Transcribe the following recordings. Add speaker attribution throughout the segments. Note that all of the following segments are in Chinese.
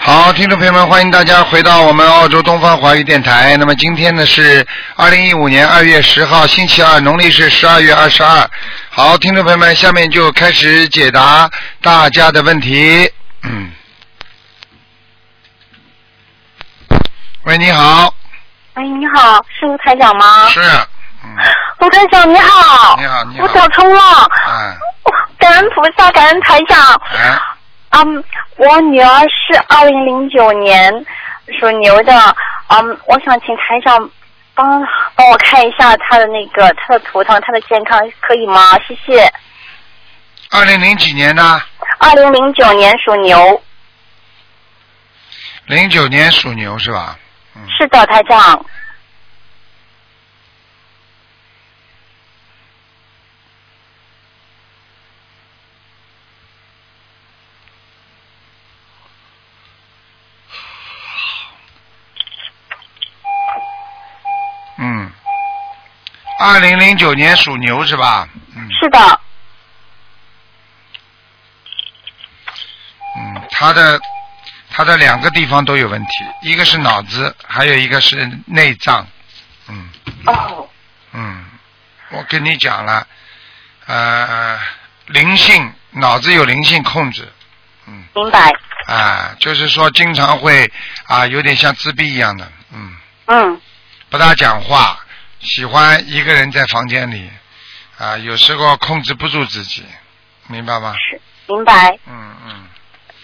Speaker 1: 好，听众朋友们，欢迎大家回到我们澳洲东方华语电台。那么今天呢是二零一五年二月十号，星期二，农历是十二月二十二。好，听众朋友们，下面就开始解答大家的问题。嗯。喂，你好，
Speaker 2: 哎，你好，是吴台长吗？
Speaker 1: 是，嗯，
Speaker 2: 吴台长，你好。
Speaker 1: 你好你好
Speaker 2: 我打通了，
Speaker 1: 哎，
Speaker 2: 感恩菩萨，感恩台长。
Speaker 1: 哎，
Speaker 2: 嗯，我女儿是二零零九年属牛的，嗯，我想请台长帮帮我看一下她的那个她的图腾，她的健康可以吗？谢谢。
Speaker 1: 二零零几年呢？
Speaker 2: 二零零九年属牛，
Speaker 1: 零九年属牛是吧？嗯，
Speaker 2: 是的，台长。
Speaker 1: 嗯，二零零九年属牛是吧？嗯
Speaker 2: 是的，
Speaker 1: 嗯，他的他的两个地方都有问题，一个是脑子，还有一个是内脏。嗯
Speaker 2: 哦，
Speaker 1: 嗯，我跟你讲了，呃，灵性脑子有灵性控制，嗯
Speaker 2: 明白。
Speaker 1: 啊，就是说经常会啊有点像自闭一样的，嗯。
Speaker 2: 嗯，
Speaker 1: 不大讲话，喜欢一个人在房间里，啊，有时候控制不住自己，明白吗？
Speaker 2: 是明白
Speaker 1: 嗯嗯，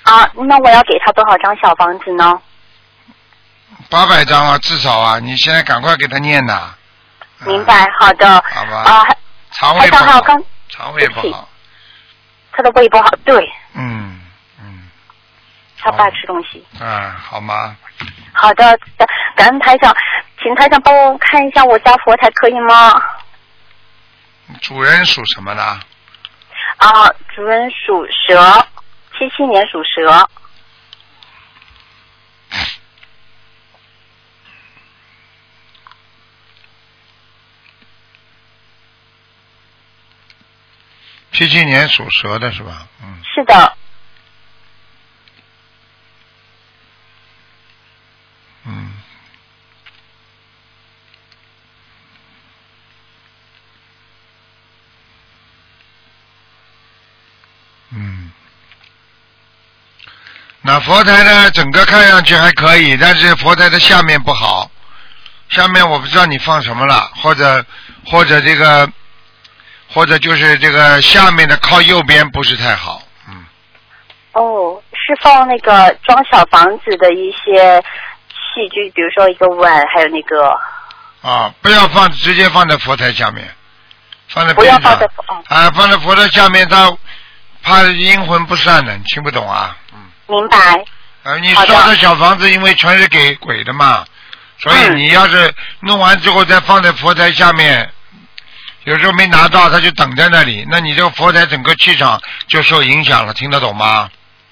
Speaker 2: 啊。那我要给她多少张小房子呢？
Speaker 1: 八百张啊，至少啊，你现在赶快给他念呐、啊
Speaker 2: 明。白，好的。
Speaker 1: 好吧
Speaker 2: 啊，还
Speaker 1: 肠
Speaker 2: 台
Speaker 1: 胃不
Speaker 2: 长还有
Speaker 1: 好，
Speaker 2: 刚
Speaker 1: 肠胃不
Speaker 2: 对不
Speaker 1: 好，
Speaker 2: 他的胃不好，对
Speaker 1: 嗯嗯
Speaker 2: 他
Speaker 1: 好
Speaker 2: 不爱吃东西。
Speaker 1: 啊，好吗？
Speaker 2: 好的，感感恩台长，请台长帮我看一下我家佛台可以吗？
Speaker 1: 主人属什么呢？
Speaker 2: 啊，主人属蛇，七七年属蛇。
Speaker 1: 七七年属蛇的是吧？嗯，
Speaker 2: 是的，
Speaker 1: 嗯，嗯，那佛台呢，整个看上去还可以，但是佛台的下面不好，下面我不知道你放什么了，或者或者这个，或者就是这个下面的靠右边不是太好，嗯，
Speaker 2: 哦，是放那个装小房子的一些器具，比如说一个碗，还有那个
Speaker 1: 啊，不要放，直接放在佛台下面，放在
Speaker 2: 不
Speaker 1: 边
Speaker 2: 要
Speaker 1: 上。
Speaker 2: 放在哦，
Speaker 1: 啊，放在佛的下面，他怕阴魂不散的，你听不懂啊？
Speaker 2: 明白，
Speaker 1: 啊，你
Speaker 2: 好
Speaker 1: 烧
Speaker 2: 的
Speaker 1: 的小房子，因为全是给鬼的嘛，所以
Speaker 2: 嗯
Speaker 1: 你要是弄完之后再放在佛台下面，有时候没拿到，他就等在那里，那你这个佛台整个气场就受影响了，听得懂吗？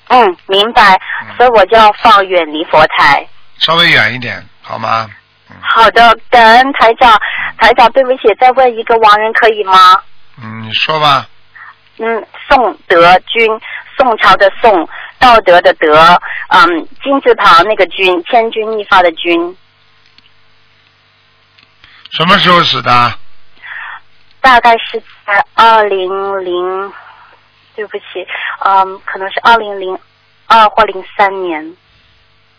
Speaker 2: 嗯，明白
Speaker 1: 嗯，
Speaker 2: 所以我就要放远离佛台。
Speaker 1: 稍微远一点，好吗？
Speaker 2: 好的，感恩台长。台长，对不起，再问一个亡人可以吗？
Speaker 1: 嗯，你说吧。
Speaker 2: 嗯，宋德军，宋朝的宋，道德的德，嗯，金字旁那个军，千钧一发的军，
Speaker 1: 什么时候死的？
Speaker 2: 大概是在二零零，对不起，嗯，可能是二零零二或零三年，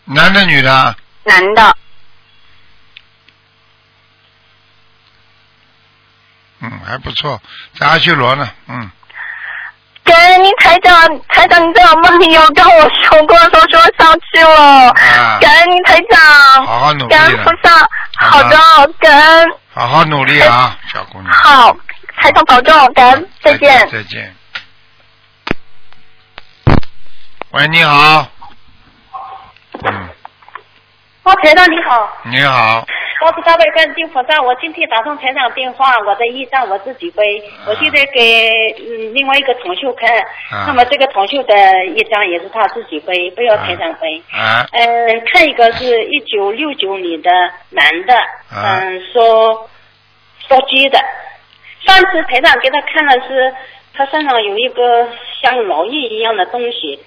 Speaker 1: 男的女的？
Speaker 2: 男的，
Speaker 1: 嗯，还不错，在阿修罗呢。嗯，
Speaker 2: 感恩您台长，台长你在我梦里有跟我说过，说说上去了，
Speaker 1: 啊
Speaker 2: 感恩您台长。
Speaker 1: 好好努力
Speaker 2: 感恩
Speaker 1: 了
Speaker 2: 菩，萨，嗯好嗯的，感恩，
Speaker 1: 好好努力啊，小姑娘。
Speaker 2: 好，财长保重，感恩，嗯再见。
Speaker 1: 再见。喂，你好。嗯，
Speaker 3: 哦，台长你好，
Speaker 1: 你好，
Speaker 3: 我是高伟干金菩萨，我今天打通台长电话，我的业障我自己背，
Speaker 2: 嗯
Speaker 3: 我现在给嗯另外一个同修看，
Speaker 2: 嗯
Speaker 1: 啊
Speaker 3: 那么这个同修的业障也是他自己背，不要台长背。
Speaker 1: 哎，
Speaker 3: 嗯，看一个是一九六九年的男的，
Speaker 1: 啊
Speaker 3: 嗯，说说鸡的。上次台长给他看了是，他身上有一个像蝼蚁一样的东西，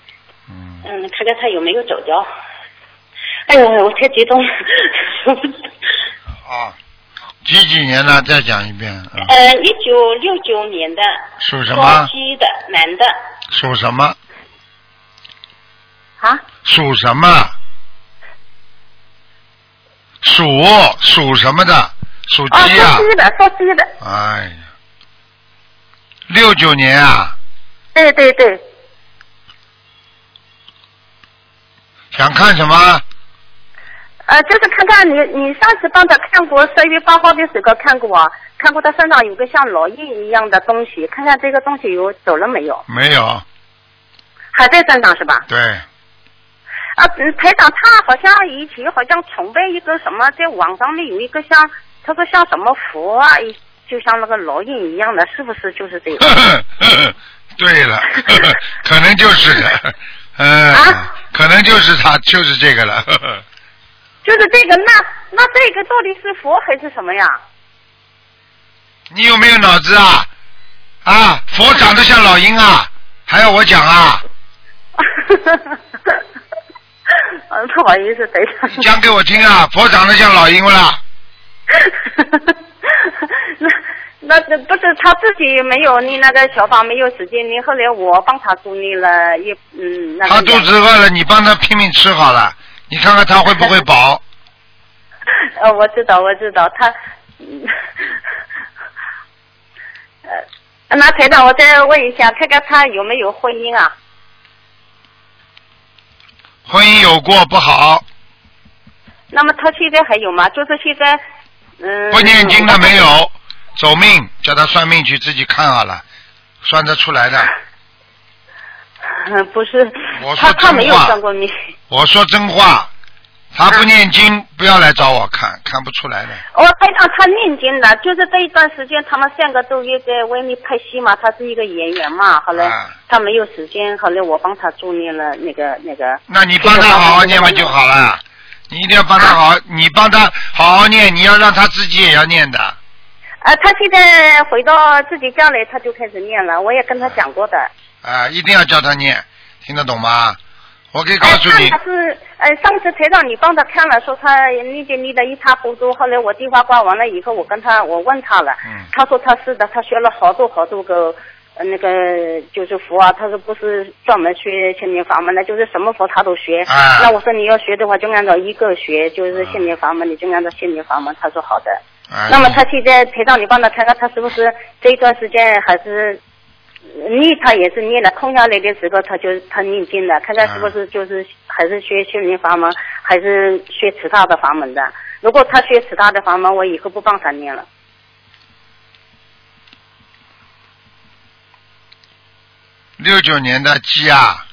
Speaker 1: 嗯，
Speaker 3: 嗯，看看他有没有走掉。哎呦，我太激动了。
Speaker 1: 啊，几几年的？再讲一遍。嗯、
Speaker 3: 呃，一九六九年的，
Speaker 1: 属什
Speaker 3: 广
Speaker 1: 么？
Speaker 3: 西的男的，
Speaker 1: 属什么？
Speaker 2: 啊，
Speaker 1: 属什么？属属什么的？属
Speaker 2: 哦，
Speaker 1: 鸡啊呀
Speaker 2: 说、鸡的，说鸡的，
Speaker 1: 哎呀，六九年啊，
Speaker 2: 对对对，
Speaker 1: 想看什么？
Speaker 2: 呃，就是看看你，你上次帮他看过生育八号的时候看过，啊看过他身上有个像老鹰一样的东西，看看这个东西有走了没有，
Speaker 1: 没有，
Speaker 2: 还在身上是吧？
Speaker 1: 对，
Speaker 2: 啊，嗯台长，他好像以前好像崇拜一个什么，在网上面有一个像，他说像什么佛啊，一就像那个老鹰一样的，是不是就是这 个？
Speaker 1: 对了， 可能就是 的，嗯、
Speaker 2: 啊
Speaker 1: 可能就是他，就是这个了。
Speaker 2: 就是这个，那那这个到底是佛还是什么呀？
Speaker 1: 你有没有脑子啊？啊，佛长得像老鹰啊，还要我讲啊？
Speaker 2: 嗯，不好意思，等一下。
Speaker 1: 你讲给我听啊，佛长得像老鹰不啦？
Speaker 2: 那 那那不是他自己没有你那个小房没有时间你后来我帮他助你了，也嗯，那个
Speaker 1: 他肚子饿了，你帮他拼命吃好了，你看看他会不会饱？
Speaker 2: 呃，我知道，我知道，他，嗯呃，那台长，我再问一下，看看他有没有婚姻啊？
Speaker 1: 婚姻有过不好，
Speaker 2: 那么他现在还有吗？就是现在，嗯，
Speaker 1: 不念经的没有，走命，叫他算命去自己看好了，算得出来的。
Speaker 2: 嗯，不是
Speaker 1: 我，说
Speaker 2: 他他
Speaker 1: 真
Speaker 2: 没有
Speaker 1: 话
Speaker 2: 算过命。
Speaker 1: 我说真话，他不念
Speaker 2: 嗯
Speaker 1: 经，不要来找我看，看不出来的。
Speaker 2: 我台长哦他念经的，就是这一段时间，他们上个多月在外面拍戏嘛，他是一个演员嘛，后来
Speaker 1: 啊
Speaker 2: 他没有时间，后来我帮他助念了那个那个。
Speaker 1: 那你帮他好好念完就好了，
Speaker 2: 嗯
Speaker 1: 你一定要帮他好，你帮他好好念，你要让他自己也要念的。
Speaker 2: 呃，他现在回到自己家里，他就开始念了，我也跟他讲过的。
Speaker 1: 啊，一定要教他念，听得懂吗？我可以告
Speaker 2: 哎，
Speaker 1: 诉
Speaker 2: 他
Speaker 1: 你，
Speaker 2: 他是，呃，上次台长你帮他看了，说他理解理的一塌糊涂。后来我电话挂完了以后，我跟他我问他了，
Speaker 1: 嗯
Speaker 2: 他说他是的，他学了好多好多个。呃那个就是佛啊，他说不是专门学心灵法门的，就是什么佛他都学。
Speaker 1: 啊嗯
Speaker 2: 那我说你要学的话，就按照一个学，就是心灵法门，你就按照心灵法门。他说好的。
Speaker 1: 哎
Speaker 2: 那么他现在陪到你帮他看看，他是不是这一段时间还是念他也是念了，空下来的时候他就他念经了，看看是不是就是还是学心灵法门，还是学其他的法门的。如果他学其他的法门，我以后不帮他念了。
Speaker 1: 六九年的鸡啊，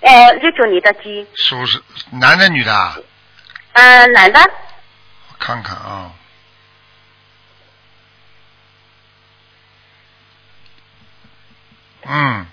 Speaker 2: 哎，六九年的鸡，
Speaker 1: 属是男的女的啊？
Speaker 2: 嗯、男的，
Speaker 1: 我看看啊。嗯，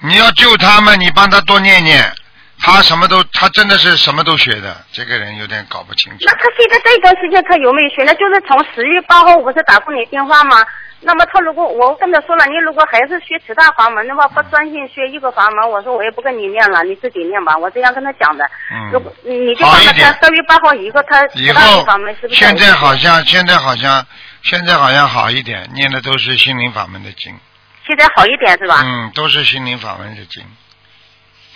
Speaker 1: 你要救他们，你帮他多念念。他什么都，他真的是什么都学的。这个人有点搞不清楚
Speaker 2: 那。他现在这一段时间他有没有学呢？就是从十月八号我不是打过你电话吗？那么他如果我跟他说了，你如果还是学其他法门的话，不专心学一个法门，我说我也不跟你念了，你自己念吧。我这样跟他讲的。如果
Speaker 1: 嗯，
Speaker 2: 你就帮
Speaker 1: 好
Speaker 2: 他
Speaker 1: 一点
Speaker 2: 看十月八号以后他
Speaker 1: 以
Speaker 2: 其他
Speaker 1: 后
Speaker 2: 的法门是不是？
Speaker 1: 现在好像现在好像现在好像好一点，念的都是心灵法门的经，
Speaker 2: 现在好一点是吧？
Speaker 1: 嗯，都是心灵法门的经，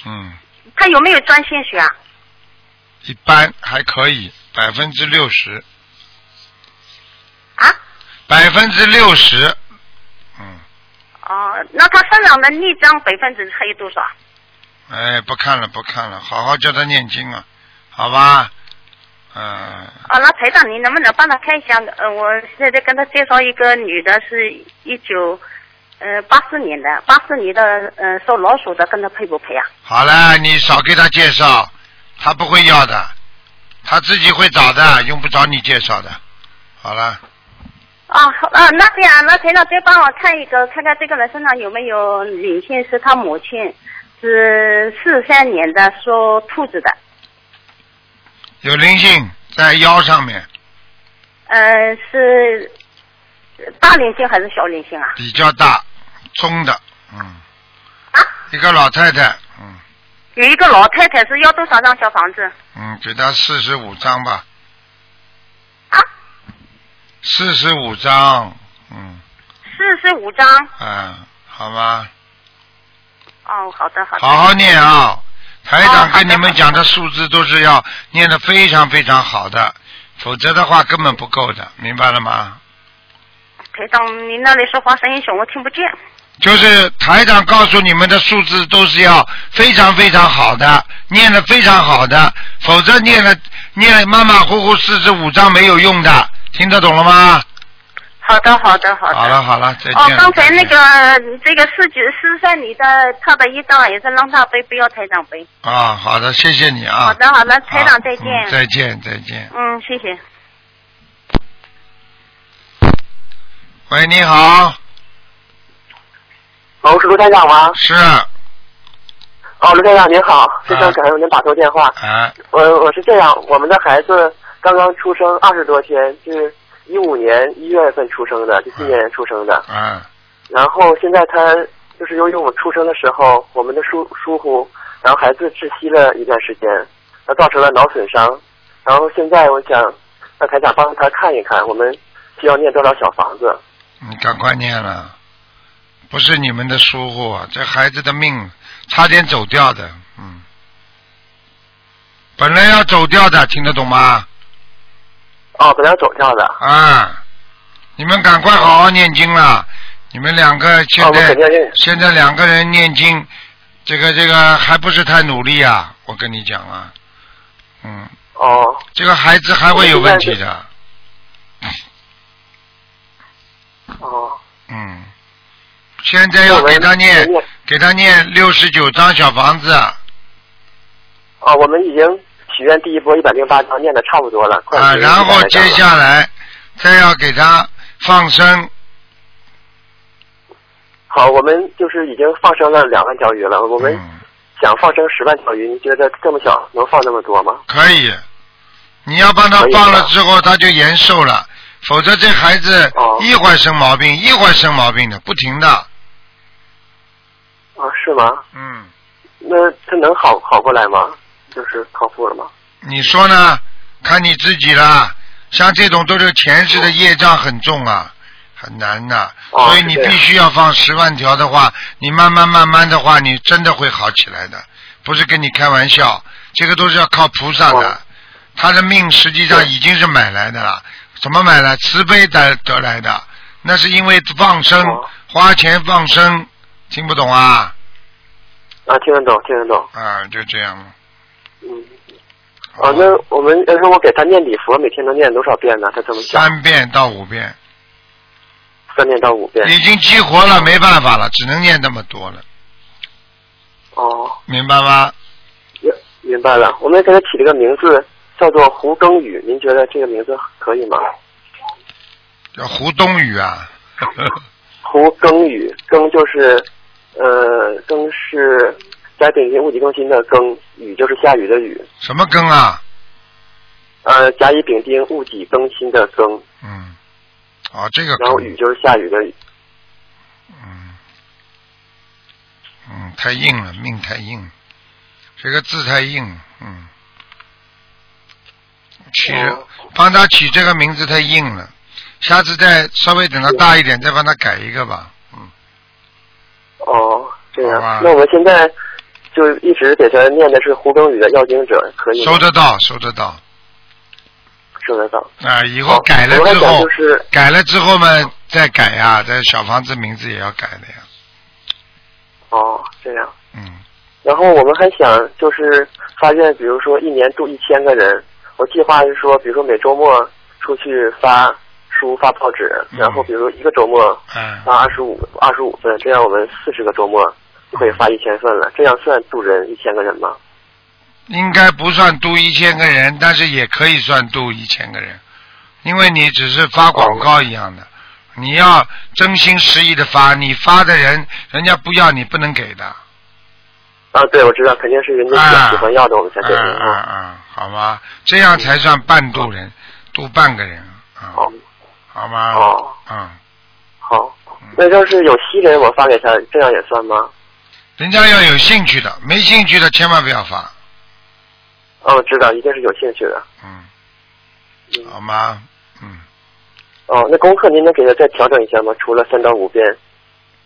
Speaker 1: 嗯，
Speaker 2: 他有没有专心学啊？
Speaker 1: 一般还可以，百分之六十，
Speaker 2: 啊？
Speaker 1: 百分之六十，嗯，
Speaker 2: 哦，那他身上的逆障百分之还有多少？
Speaker 1: 哎，不看了不看了，好好教他念经啊，好吧？嗯、
Speaker 2: 啊，那台长，你能不能帮他看一下？呃，我现在跟他介绍一个女的，是一九呃八四年的，八四年的，呃，属老鼠的，跟他配不配啊？
Speaker 1: 好了，你少给他介绍，他不会要的，他自己会找的，用不着你介绍的。好了，
Speaker 2: 啊，好啊，那这样，那台长再帮我看一个，看看这个人身上有没有灵性，是他母亲，是四三年的，属兔子的，
Speaker 1: 有灵性在腰上面，
Speaker 2: 呃，是大灵性还是小灵性啊？
Speaker 1: 比较大，中的，嗯，
Speaker 2: 啊，
Speaker 1: 一个老太太，嗯，
Speaker 4: 有一个老太太是要多少张小房子？
Speaker 1: 嗯，给他四十五张吧。
Speaker 4: 啊？
Speaker 1: 四十五张，嗯，
Speaker 4: 四十五张。
Speaker 1: 啊，好吧，
Speaker 4: 哦，好的，好的。
Speaker 1: 好好念啊！台
Speaker 4: 哦好
Speaker 1: 长
Speaker 4: 的
Speaker 1: 跟你们讲的数字都是要念的非常非常好的，否则的话根本不够的，明白了吗？
Speaker 4: 台长，你那里说话声音小，我听不见。
Speaker 1: 就是台长告诉你们的数字都是要非常非常好的，念的非常好的，否则念了念了马马虎虎四十五章没有用的，听得懂了吗？
Speaker 4: 好的，好的，好的。
Speaker 1: 好了好了，再
Speaker 4: 哦，
Speaker 1: 见。
Speaker 4: 刚才那
Speaker 1: 再见
Speaker 4: 个这个四九四三你的他的一张也是让他背，不要台长背。
Speaker 1: 啊，好的，谢谢你啊。
Speaker 4: 好的，好的，
Speaker 1: 好，
Speaker 4: 台长再见。
Speaker 1: 嗯再见再见。
Speaker 4: 嗯，谢谢。
Speaker 1: 喂，你好，
Speaker 5: 哦，是卢台长吗？
Speaker 1: 是啊
Speaker 5: 哦，卢台长您好，非常感谢您打通电话。
Speaker 1: 啊，
Speaker 5: 我我是这样，我们的孩子刚刚出生二十多天，是一五年一月份出生的，就今年出生的。
Speaker 1: 啊，
Speaker 5: 然后现在他就是由于我们出生的时候我们的疏疏忽，然后孩子窒息了一段时间，那造成了脑损伤。然后现在我想让台长帮他看一看，我们需要念多少小房子？
Speaker 1: 你赶快念了，不是你们的疏忽，啊，这孩子的命差点走掉的，嗯，本来要走掉的，听得懂吗？
Speaker 5: 哦，本来走掉了。
Speaker 1: 啊，你们赶快好好念经了，你们两个
Speaker 5: 哦，
Speaker 1: 现
Speaker 5: 我
Speaker 1: 在、
Speaker 5: 肯定是。
Speaker 1: 现在两个人念经，这个这个还不是太努力啊，我跟你讲啊，嗯，
Speaker 5: 哦，
Speaker 1: 这个孩子还会有问题的，
Speaker 5: 哦，
Speaker 1: 嗯，现在要给他念，给他念六十九张小房子，
Speaker 5: 啊，我们已经许愿第一波一百零八章念的差不多了，快
Speaker 1: 啊，
Speaker 5: 接近
Speaker 1: 然后
Speaker 5: 100
Speaker 1: 接
Speaker 5: 章了
Speaker 1: 下来再要给他放生，
Speaker 5: 好，我们就是已经放生了两万条鱼了，我们
Speaker 1: 嗯，
Speaker 5: 想放生十万条鱼，你觉得这么小能放那么多吗？
Speaker 1: 可以。你要帮他
Speaker 5: 可以
Speaker 1: 放了
Speaker 5: 的
Speaker 1: 之后，他就延寿了，否则这孩子
Speaker 5: 哦
Speaker 1: 一会儿生毛病，一会儿生毛病的，不停的。
Speaker 5: 啊，是吗？
Speaker 1: 嗯，
Speaker 5: 那他能好好过来吗？就是康复了吗？
Speaker 1: 你说呢？看你自己啦。像这种都是前世的业障很重啊，很难呐、
Speaker 5: 哦
Speaker 1: 所以你
Speaker 5: 是这样
Speaker 1: 必须要放十万条的话，你慢慢慢慢的话，你真的会好起来的，不是跟你开玩笑，这个都是要靠菩萨的
Speaker 5: 哦，
Speaker 1: 他的命实际上已经是买来的了，怎么买来？慈悲得得来的，那是因为放生
Speaker 5: 哦，
Speaker 1: 花钱放生，听不懂啊？
Speaker 5: 啊，听得懂，听得懂。
Speaker 1: 啊，就这样了。
Speaker 5: 嗯。啊，那我们要是我给他念礼佛，每天能念多少遍呢？他这么小，
Speaker 1: 三遍到五遍，
Speaker 5: 三遍到五遍。
Speaker 1: 已经激活了，没办法了，只能念那么多了，
Speaker 5: 哦，
Speaker 1: 明白吗？
Speaker 5: 明明白了。我们给他起了个名字，叫做胡庚宇。您觉得这个名字可以吗？
Speaker 1: 叫胡冬雨啊，
Speaker 5: 胡庚宇，庚就是，呃，庚是在北京物理中心的庚，雨就是下雨的雨，
Speaker 1: 什么羹啊？
Speaker 5: 呃，甲乙丙丁戊己庚辛的庚，
Speaker 1: 嗯，哦，这个
Speaker 5: 然后
Speaker 1: 羹
Speaker 5: 雨就是下雨的雨。
Speaker 1: 嗯，嗯，太硬了，命太硬，这个字太硬，嗯，起、
Speaker 5: 哦
Speaker 1: 帮他起这个名字太硬了，下次再稍微等他大一点再帮他改一个吧，嗯，
Speaker 5: 哦，这样
Speaker 1: 好吧。
Speaker 5: 那我们现在就一直给他念的是胡庚宇的要经者，可以吗
Speaker 1: 收得到，收得到，
Speaker 5: 收得到。
Speaker 1: 啊、以后
Speaker 5: 好
Speaker 1: 改了
Speaker 5: 我来
Speaker 1: 之
Speaker 5: 讲
Speaker 1: 后
Speaker 5: 就，是
Speaker 1: 改了之后嘛，再改呀、这小房子名字也要改的呀，
Speaker 5: 哦，这样。
Speaker 1: 嗯，
Speaker 5: 然后我们还想就是发愿，比如说一年度一千个人，我计划是说，比如说每周末出去发书、发报纸，
Speaker 1: 嗯
Speaker 5: 然后比如说一个周末
Speaker 1: 啊、
Speaker 5: 发二十五二十五份，这样我们四十个周末就可以发一千份了，这样算度人一千个人吗？
Speaker 1: 应该不算度一千个人，但是也可以算度一千个人，因为你只是发广告一样的，你要真心实意的发，你发的人人家不要，你不能给的。
Speaker 5: 啊，对，我知道，肯定是人家比较喜欢要的，我们才
Speaker 1: 啊
Speaker 5: 给。
Speaker 1: 啊啊！好吧，这样才算半度人，度半个人啊，
Speaker 5: 好，
Speaker 1: 好吗？
Speaker 5: 哦，
Speaker 1: 嗯，
Speaker 5: 好。那要是有西人，我发给他，这样也算吗？
Speaker 1: 人家要有兴趣的，没兴趣的千万不要发。
Speaker 5: 哦，我知道，一定是有兴趣的。
Speaker 1: 嗯，
Speaker 5: 嗯
Speaker 1: 好吗？嗯，
Speaker 5: 哦，那功课您能给他再调整一下吗？除了三到五遍，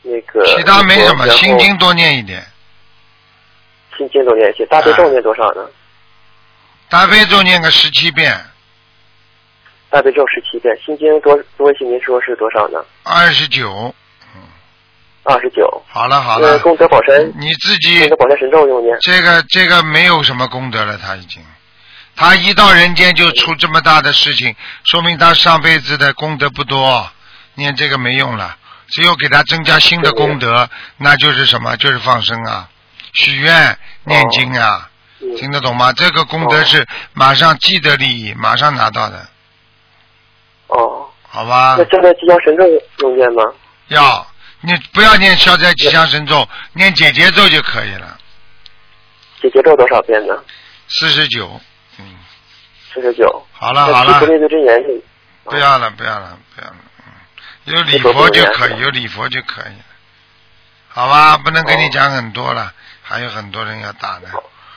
Speaker 5: 那个
Speaker 1: 其他没什么，
Speaker 5: 然后
Speaker 1: 心经多念一点，
Speaker 5: 心经多念一些，大悲
Speaker 1: 嗯
Speaker 5: 咒念多少呢？
Speaker 1: 大悲咒念个十七遍，
Speaker 5: 大悲咒十七遍，心经多多一些，您说是多少呢？
Speaker 1: 二十九。
Speaker 5: 二十九。
Speaker 1: 好了好
Speaker 5: 那
Speaker 1: 了，
Speaker 5: 呃
Speaker 1: 嗯
Speaker 5: 功德宝山，
Speaker 1: 你自
Speaker 5: 功
Speaker 1: 己
Speaker 5: 德宝山神咒用念。
Speaker 1: 这个这个没有什么功德了，他已经，他一到人间就出这么大的事情，说明他上辈子的功德不多，念这个没用了，只有给他增加新的功德，那就是什么？就是放生啊，许愿、
Speaker 5: 哦
Speaker 1: 念经啊，
Speaker 5: 嗯，
Speaker 1: 听得懂吗？这个功德是马上既得利益，马上拿到的，
Speaker 5: 哦，
Speaker 1: 好吧
Speaker 5: 那？现在吉祥神咒用念吗？
Speaker 1: 要你不要念消灾吉祥神咒，念解结咒就可以了，
Speaker 5: 解结咒多少遍呢？
Speaker 1: 四十九。嗯，
Speaker 5: 四十九。
Speaker 1: 好了好
Speaker 5: 那
Speaker 1: 了
Speaker 5: 提。出灭罪真言是？
Speaker 1: 不要了，不要了，不要了。嗯，有礼佛就可以，有礼佛就可以了。好吧，不能跟
Speaker 5: 哦
Speaker 1: 你讲很多了，还有很多人要打呢。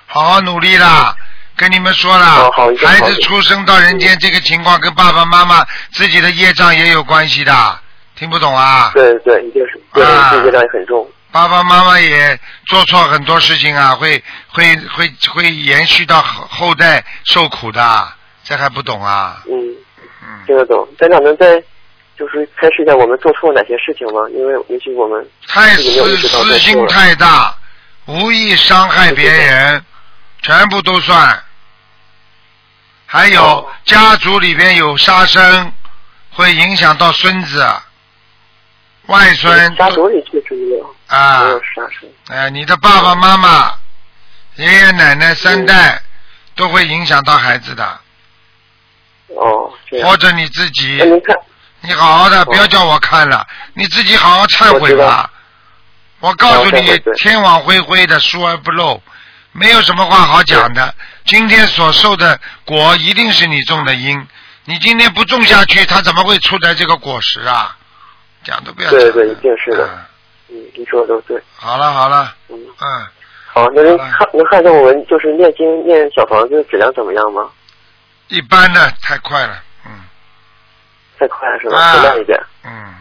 Speaker 1: 好好努力啦，跟你们说啦
Speaker 5: 哦好，一定嗯
Speaker 1: 孩
Speaker 5: 好
Speaker 1: 子出生到人间这个情况跟爸爸妈妈自己的业障也有关系的，听不懂啊？
Speaker 5: 对对，一定是，对，
Speaker 1: 啊
Speaker 5: 这业障也很重。
Speaker 1: 爸爸妈妈也做错很多事情啊，会会会会延续到后后代受苦的，啊这还不懂啊？
Speaker 5: 嗯，
Speaker 1: 嗯。
Speaker 5: 听得懂。站长能再就是开示一下我们做错哪些事情吗？因为也许我们
Speaker 1: 太私私心太大，无意伤害别人，全部都算。还有
Speaker 5: 哦
Speaker 1: 家族里边有杀生，会影响到孙子、外孙
Speaker 5: 家族嗯里确实没有
Speaker 1: 嗯啊
Speaker 5: 没有杀生。
Speaker 1: 哎，你的爸爸妈妈、爷爷奶奶三
Speaker 5: 嗯
Speaker 1: 代都会影响到孩子的，
Speaker 5: 哦，这样
Speaker 1: 或。者你自己
Speaker 5: 那，您看，
Speaker 1: 你好好的，
Speaker 5: 哦
Speaker 1: 不要叫我看了，你自己好好忏
Speaker 5: 我
Speaker 1: 悔
Speaker 5: 知道
Speaker 1: 吧。我告诉
Speaker 5: 好忏悔
Speaker 1: 你
Speaker 5: 对，
Speaker 1: 天网恢恢的，疏而不漏，没有什么话好讲的。今天所受的果，一定是你种的因。你今天不种下去，它怎么会出来这个果实啊？讲都不要讲了。
Speaker 5: 对对一定是的
Speaker 1: 嗯
Speaker 5: 嗯，您说的都对。
Speaker 1: 好了好了，
Speaker 5: 嗯，
Speaker 1: 嗯，
Speaker 5: 好，那您
Speaker 1: 好了
Speaker 5: 看能看见我们就是念经念小房子的质量怎么样吗？
Speaker 1: 一般的太快了，嗯
Speaker 5: 太快了是
Speaker 1: 啊
Speaker 5: 吧？再慢一点。
Speaker 1: 嗯。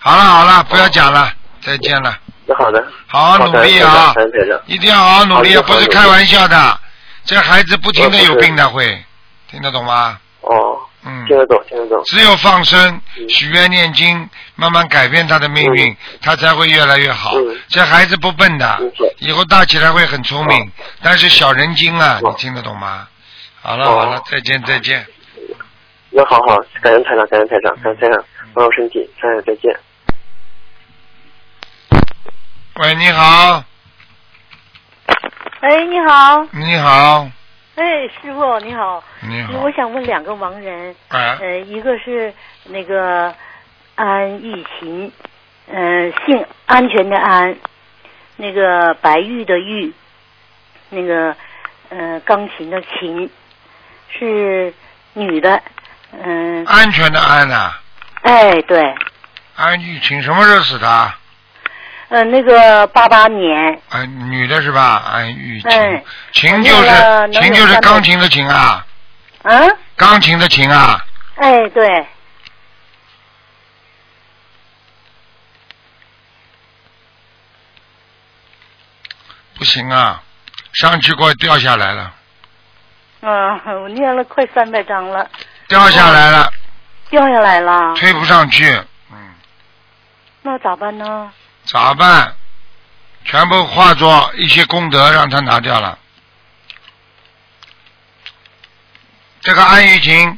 Speaker 1: 好了好了，不要讲了，再见了，
Speaker 5: 那好的，
Speaker 1: 好好
Speaker 5: 好
Speaker 1: 努
Speaker 5: 的，
Speaker 1: 力啊。
Speaker 5: 感恩台长。
Speaker 1: 一定要好好努力，啊
Speaker 5: 好的
Speaker 1: 不是开玩笑的。这孩子不停的有病的
Speaker 5: 呃
Speaker 1: 会，听得懂吗？
Speaker 5: 哦，
Speaker 1: 嗯，
Speaker 5: 听得懂，听得懂。
Speaker 1: 只有放生、
Speaker 5: 嗯
Speaker 1: 许愿、念经，慢慢改变他的命运，他才会越来越好
Speaker 5: 嗯。
Speaker 1: 这孩子不笨的
Speaker 5: 嗯是，
Speaker 1: 以后大起来会很聪明，但是小人精啊，你
Speaker 5: 哦
Speaker 1: 听得懂吗？好了
Speaker 5: 哦
Speaker 1: 好了，再见再见。
Speaker 5: 那好好，感恩台长，感恩台长，感恩台长，
Speaker 1: 嗯
Speaker 5: 保重身体，台长再见。
Speaker 1: 喂，你好，
Speaker 6: 哎，你好，
Speaker 1: 你好，
Speaker 6: 哎，师傅你好，
Speaker 1: 你好
Speaker 6: 我，想问两个盲人，
Speaker 1: 哎，
Speaker 6: 呃，一个是那个安玉琴，呃，姓安全的安，那个白玉的玉，那个呃钢琴的琴，是女的，
Speaker 7: 啊
Speaker 6: 嗯、
Speaker 1: 安全的安啊呐，
Speaker 6: 哎，对，
Speaker 1: 安玉琴什么时候死的啊？
Speaker 6: 呃，那个八八年，
Speaker 1: 啊，女的是吧？安玉琴
Speaker 6: 哎，
Speaker 1: 琴
Speaker 6: 我
Speaker 1: 就
Speaker 6: 念
Speaker 1: 是
Speaker 6: 了能有
Speaker 1: 琴就是
Speaker 6: 三百
Speaker 1: 钢琴的琴啊，
Speaker 6: 嗯、
Speaker 1: 钢琴的琴啊，
Speaker 6: 哎，对，
Speaker 1: 不行啊，上去给我掉下来了，
Speaker 6: 嗯、我念了快三百章了，
Speaker 1: 掉下来了，
Speaker 6: 哦掉下来了，
Speaker 1: 推不上去，嗯，
Speaker 6: 那咋办呢？
Speaker 1: 咋办？全部化作一些功德让他拿掉了。这个安玉琴，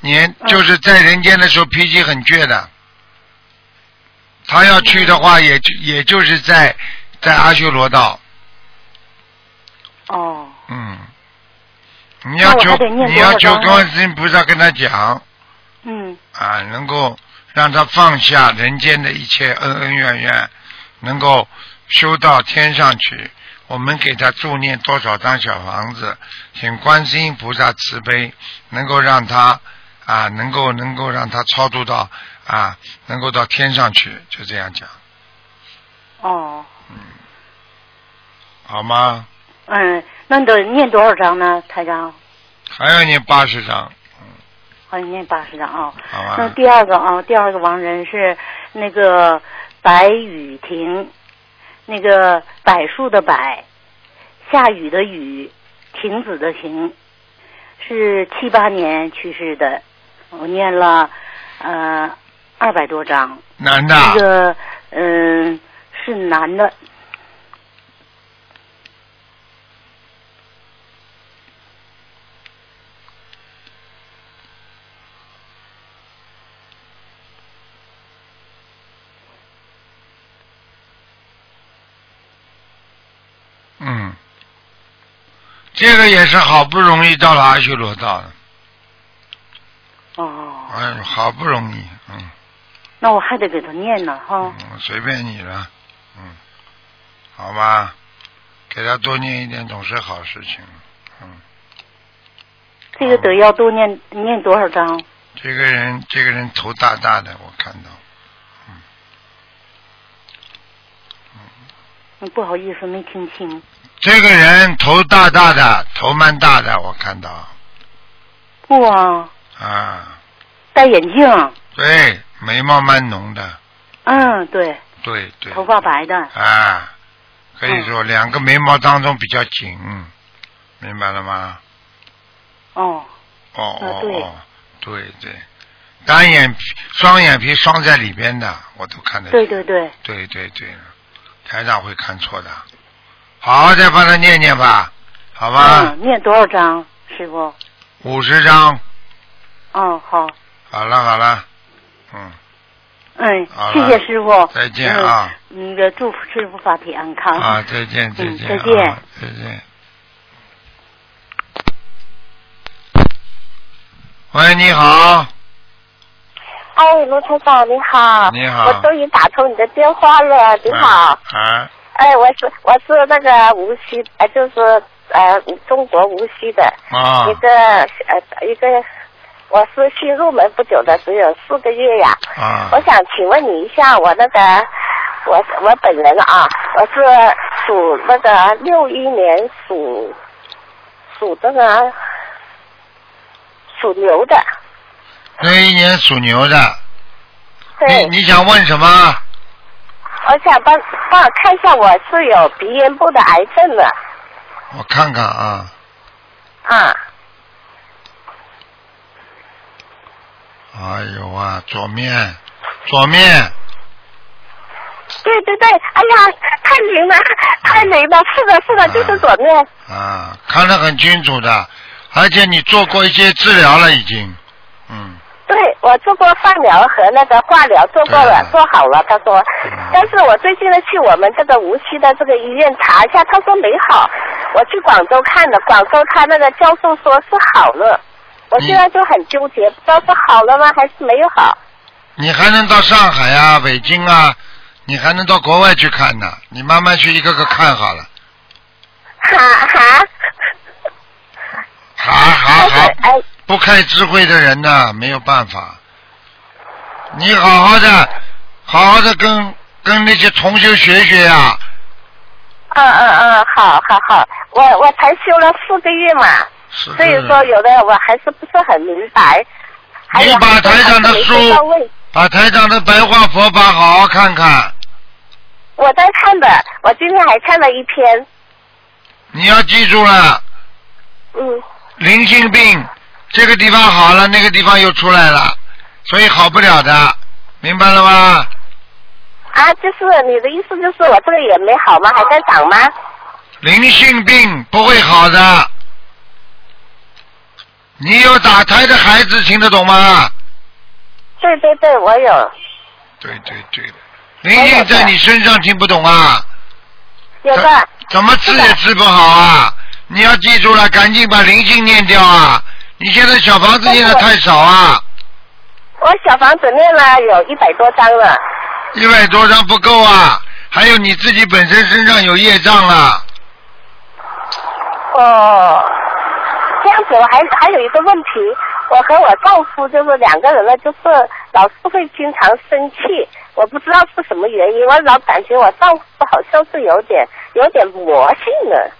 Speaker 1: 年
Speaker 6: 嗯
Speaker 1: 就是在人间的时候脾气很倔的，他要去的
Speaker 6: 嗯
Speaker 1: 话也就也就是在在阿修罗道。
Speaker 6: 哦。
Speaker 1: 嗯，你要
Speaker 6: 那我
Speaker 1: 求
Speaker 6: 还得念
Speaker 1: 你
Speaker 6: 多
Speaker 1: 要
Speaker 6: 少
Speaker 1: 求
Speaker 6: 章啊
Speaker 1: 观世音菩萨跟他讲
Speaker 6: 嗯
Speaker 1: 啊，能够让他放下人间的一切恩恩怨怨，能够修到天上去。我们给他助念多少张小房子，请观世音菩萨慈悲，能够让他啊，能够能够让他超度到啊，能够到天上去，就这样讲。，
Speaker 6: 哦，
Speaker 1: 好吗？
Speaker 6: 嗯，那你得念多少章呢，台长？
Speaker 1: 还要念八十张，
Speaker 6: 好像念八十章啊。
Speaker 1: 好
Speaker 6: 那
Speaker 1: 吧？
Speaker 6: 第二个啊，第二个亡人是那个白雨婷，那个柏树的柏，下雨的雨，停止的停，是七八年去世的。我念了呃二百多章，
Speaker 1: 男
Speaker 6: 那
Speaker 1: 的，
Speaker 6: 个嗯、是男的，
Speaker 1: 嗯，这个也是好不容易到了阿修罗道的，
Speaker 6: 哦，
Speaker 1: 哎，好不容易，嗯，
Speaker 6: 那我还得给他念呢哈。
Speaker 1: 嗯随便你了，嗯，好吧，给他多念一点总是好事情，嗯，
Speaker 6: 这个得要多念念多少章？
Speaker 1: 这个人这个人头大大的，我看到，
Speaker 6: 嗯不好意思，没听清。
Speaker 1: 这个人头大大的，头蛮大的，我看到，
Speaker 6: 不啊，
Speaker 1: 啊，
Speaker 6: 戴眼镜。
Speaker 1: 对，眉毛蛮浓的，
Speaker 6: 嗯，对，
Speaker 1: 对对，
Speaker 6: 头发白嗯的。
Speaker 1: 啊，可以说两个眉毛当中比较紧，明白了吗？
Speaker 6: 哦，
Speaker 1: 哦
Speaker 6: 啊
Speaker 1: 哦
Speaker 6: 对
Speaker 1: 哦，对对，单眼皮、双眼皮双在里边的，我都看得
Speaker 6: 对
Speaker 1: 见
Speaker 6: 对对，
Speaker 1: 对对对，台长会看错的。好，好再帮他念念吧，好吧？
Speaker 6: 嗯，念多少章，师傅？
Speaker 1: 五十张，
Speaker 6: 哦，好，
Speaker 1: 好了好了，嗯，
Speaker 6: 嗯
Speaker 1: 好，
Speaker 6: 谢
Speaker 1: 了
Speaker 6: 谢师傅。
Speaker 1: 再见啊
Speaker 6: 嗯，那个祝福师傅法体安康。
Speaker 1: 啊，再见再
Speaker 6: 嗯
Speaker 1: 见、
Speaker 6: 再
Speaker 1: 啊，再见。喂，你好，
Speaker 8: 哎，卢台长你好，
Speaker 1: 你好
Speaker 8: 我终于打通你的电话了，你好，
Speaker 1: 啊，
Speaker 8: 哎，我是我是那个无锡，呃，就是呃中国无锡的、
Speaker 1: 啊
Speaker 8: 一个呃一个，我是新入门不久的，只有四个月呀。
Speaker 1: 啊，
Speaker 8: 我想请问你一下，我那个我我本人啊，我是属那个六一年属属这个属牛的，
Speaker 1: 那一年属牛的，
Speaker 8: 对。
Speaker 1: 你你想问什么？
Speaker 8: 我想帮帮我看一下，我是有鼻咽部的癌症的
Speaker 1: 我看看啊，
Speaker 8: 啊，
Speaker 1: 哎呦啊，左面，左面，
Speaker 8: 对对对，哎呀，太灵了，太灵了，是的，是的，就是左面，
Speaker 1: 啊，看得很清楚的，而且你做过一些治疗了已经，嗯，
Speaker 8: 对我做过放疗和那个化疗，做过了
Speaker 1: 嗯，
Speaker 8: 做好了，他说，但是我最近呢去我们这个无锡的这个医院查一下，他说没好，我去广州看了，广州他那个教授说是好了，我现
Speaker 1: 嗯
Speaker 8: 在就很纠结，不知道是好了吗，还是没有好。
Speaker 1: 你还能到上海啊、北京啊，你还能到国外去看呢，你慢慢去一个个看好了，
Speaker 8: 哈哈，
Speaker 1: 好好好，
Speaker 8: 哎，
Speaker 1: 不开智慧的人呐、没有办法。你好好的，好好的跟跟那些同修学学呀、
Speaker 8: 嗯嗯嗯，好好好，我我才修了四个月嘛，
Speaker 1: 是
Speaker 8: 所以说有的我还是不是很明白。还有
Speaker 1: 你把
Speaker 8: 很多
Speaker 1: 台上的
Speaker 8: 还是没
Speaker 1: 书
Speaker 8: 看到位
Speaker 1: 把台长的白话佛法好好看看。
Speaker 8: 我在看的，我今天还看了一篇，
Speaker 1: 你要记住了，
Speaker 8: 嗯，
Speaker 1: 灵性病这个地方好了，那个地方又出来了，所以好不了的，明白了吗？
Speaker 8: 啊，就是你的意思就是我这个也没好吗？还在长吗？
Speaker 1: 灵性病不会好的。你有打胎的孩子，听得懂吗？
Speaker 8: 对对对，我有，
Speaker 1: 对对对，灵性在你身上听不懂啊，
Speaker 8: 有的，
Speaker 1: 怎怎么治也治不好啊！你要记住了，赶紧把灵性念掉啊！你现在小房子念的太少啊。
Speaker 8: 我小房子念了有一百多张了，
Speaker 1: 一百多张不够啊，还有你自己本身身上有业障啊了，
Speaker 8: 哦，这样子我还还有一个问题，我和我丈夫就是两个人呢，就是老是会经常生气，我不知道是什么原因，我老感觉我丈夫好像是有点有点魔性啊了。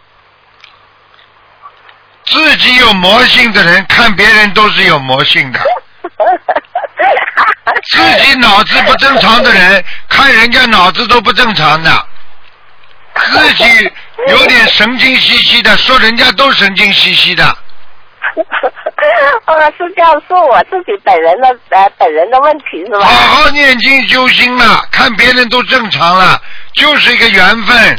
Speaker 1: 自己有魔性的人，看别人都是有魔性的。自己脑子不正常的人，看人家脑子都不正常的。自己有点神经兮兮的，说人家都神经兮兮的。
Speaker 8: 哦，是这样，是我自己本人的呃本人的问题是吧？
Speaker 1: 好好念经修心了，看别人都正常了，就是一个缘分。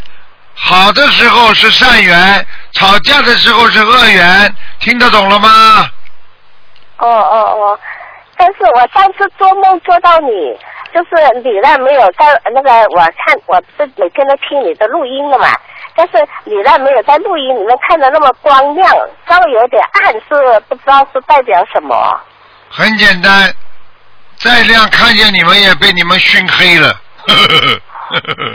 Speaker 1: 好的时候是善缘，吵架的时候是恶缘，听得懂了吗？
Speaker 8: 哦哦哦，但是我上次做梦做到你，就是你那没有在那个，我看我不是每天都听你的录音了嘛，但是你那没有在录音里面看的那么光亮，稍微有点暗，是不知道是代表什么。
Speaker 1: 很简单，再亮看见你们也被你们熏黑了。 嗯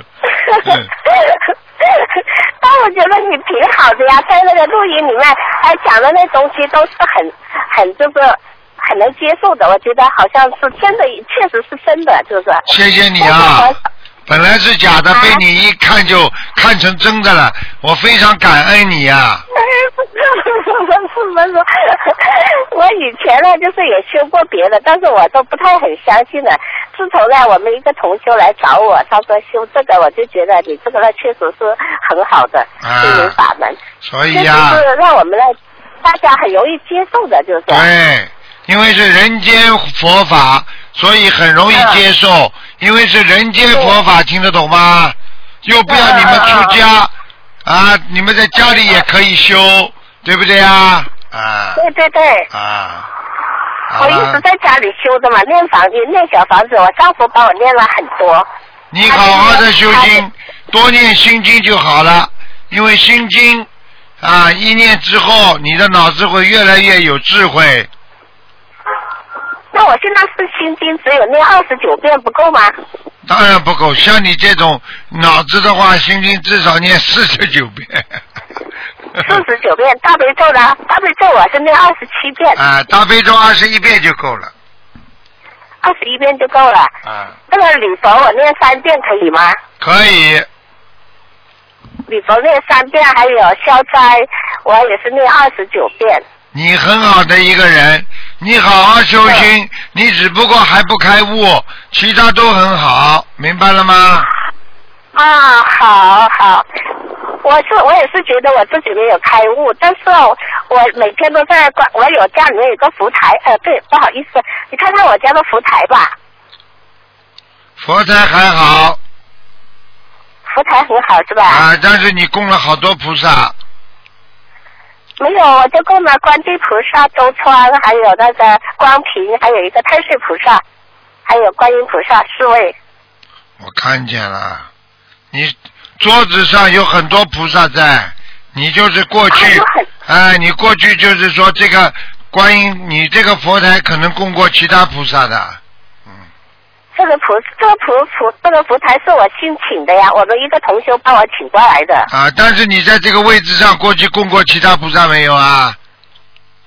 Speaker 8: 但我觉得你挺好的呀，在那个录音里面，哎，讲的那东西都是很很就是很能接受的，我觉得好像是真的，确实是真的，就是。
Speaker 1: 谢谢你啊
Speaker 8: 但是我！
Speaker 1: 本来是假的，被你一看就看成真的了，我非常感恩你啊！
Speaker 8: 不是不是， 我以前呢就是也修过别的，但是我都不太很相信的。自从呢我们一个同修来找我，他说修这个，我就觉得你这个呢确实是很好的
Speaker 1: 啊
Speaker 8: 心灵法门，
Speaker 1: 所
Speaker 8: 确
Speaker 1: 以
Speaker 8: 实
Speaker 1: 呀、
Speaker 8: 是让我们呢大家很容易接受的，就是。
Speaker 1: 对，哎因为是人间佛法，所以很容易接受。因为是人间佛法，听得懂吗？又不要你们出家、啊，你们在家里也可以修，对不对啊？啊
Speaker 8: 对对对，
Speaker 1: 啊！好
Speaker 8: 我一直
Speaker 1: 了，
Speaker 8: 在家里修的嘛，念房子念小房子，我丈夫帮我念了很多。
Speaker 1: 你好好的修心，多念心经就好了，因为心经啊一念之后，你的脑子会越来越有智慧。
Speaker 8: 那我现在是心经只有念二十九遍不够吗？
Speaker 1: 当然不够，像你这种脑子的话，心经至少念四十九遍。
Speaker 8: 四十九遍大悲咒呢？大悲咒我是念二十七遍，
Speaker 1: 啊，大悲咒二十一遍就够了。
Speaker 8: 二十一遍就够了。
Speaker 1: 啊，
Speaker 8: 那个礼佛我念三遍可以吗？
Speaker 1: 可以，
Speaker 8: 礼佛念三遍，还有消灾我也是念二十九遍。
Speaker 1: 你很好的一个人，你好好修心，你只不过还不开悟，其他都很好，明白了吗？
Speaker 8: 啊，好好，我是我也是觉得我自己没有开悟，但是哦我每天都在关，我有家里面有个福台，呃，对，不好意思，你看看我家的福台吧，
Speaker 1: 佛台还好
Speaker 8: 福台很好是吧？
Speaker 1: 啊，但是你供了好多菩萨，
Speaker 8: 没有，我就供了观地菩萨、周川，还有那个光平，还有一个太岁菩萨，还有观音菩萨四位。
Speaker 1: 我看见了，你桌子上有很多菩萨在，你就是过
Speaker 8: 哎
Speaker 1: 去
Speaker 8: 呦很，
Speaker 1: 哎，你过去就是说这个观音，你这个佛台可能供过其他菩萨的，
Speaker 8: 这个菩这个菩菩这个福台是我新请的呀，我们一个同修帮我请过来的。
Speaker 1: 啊，但是你在这个位置上过去供过其他菩萨没有啊？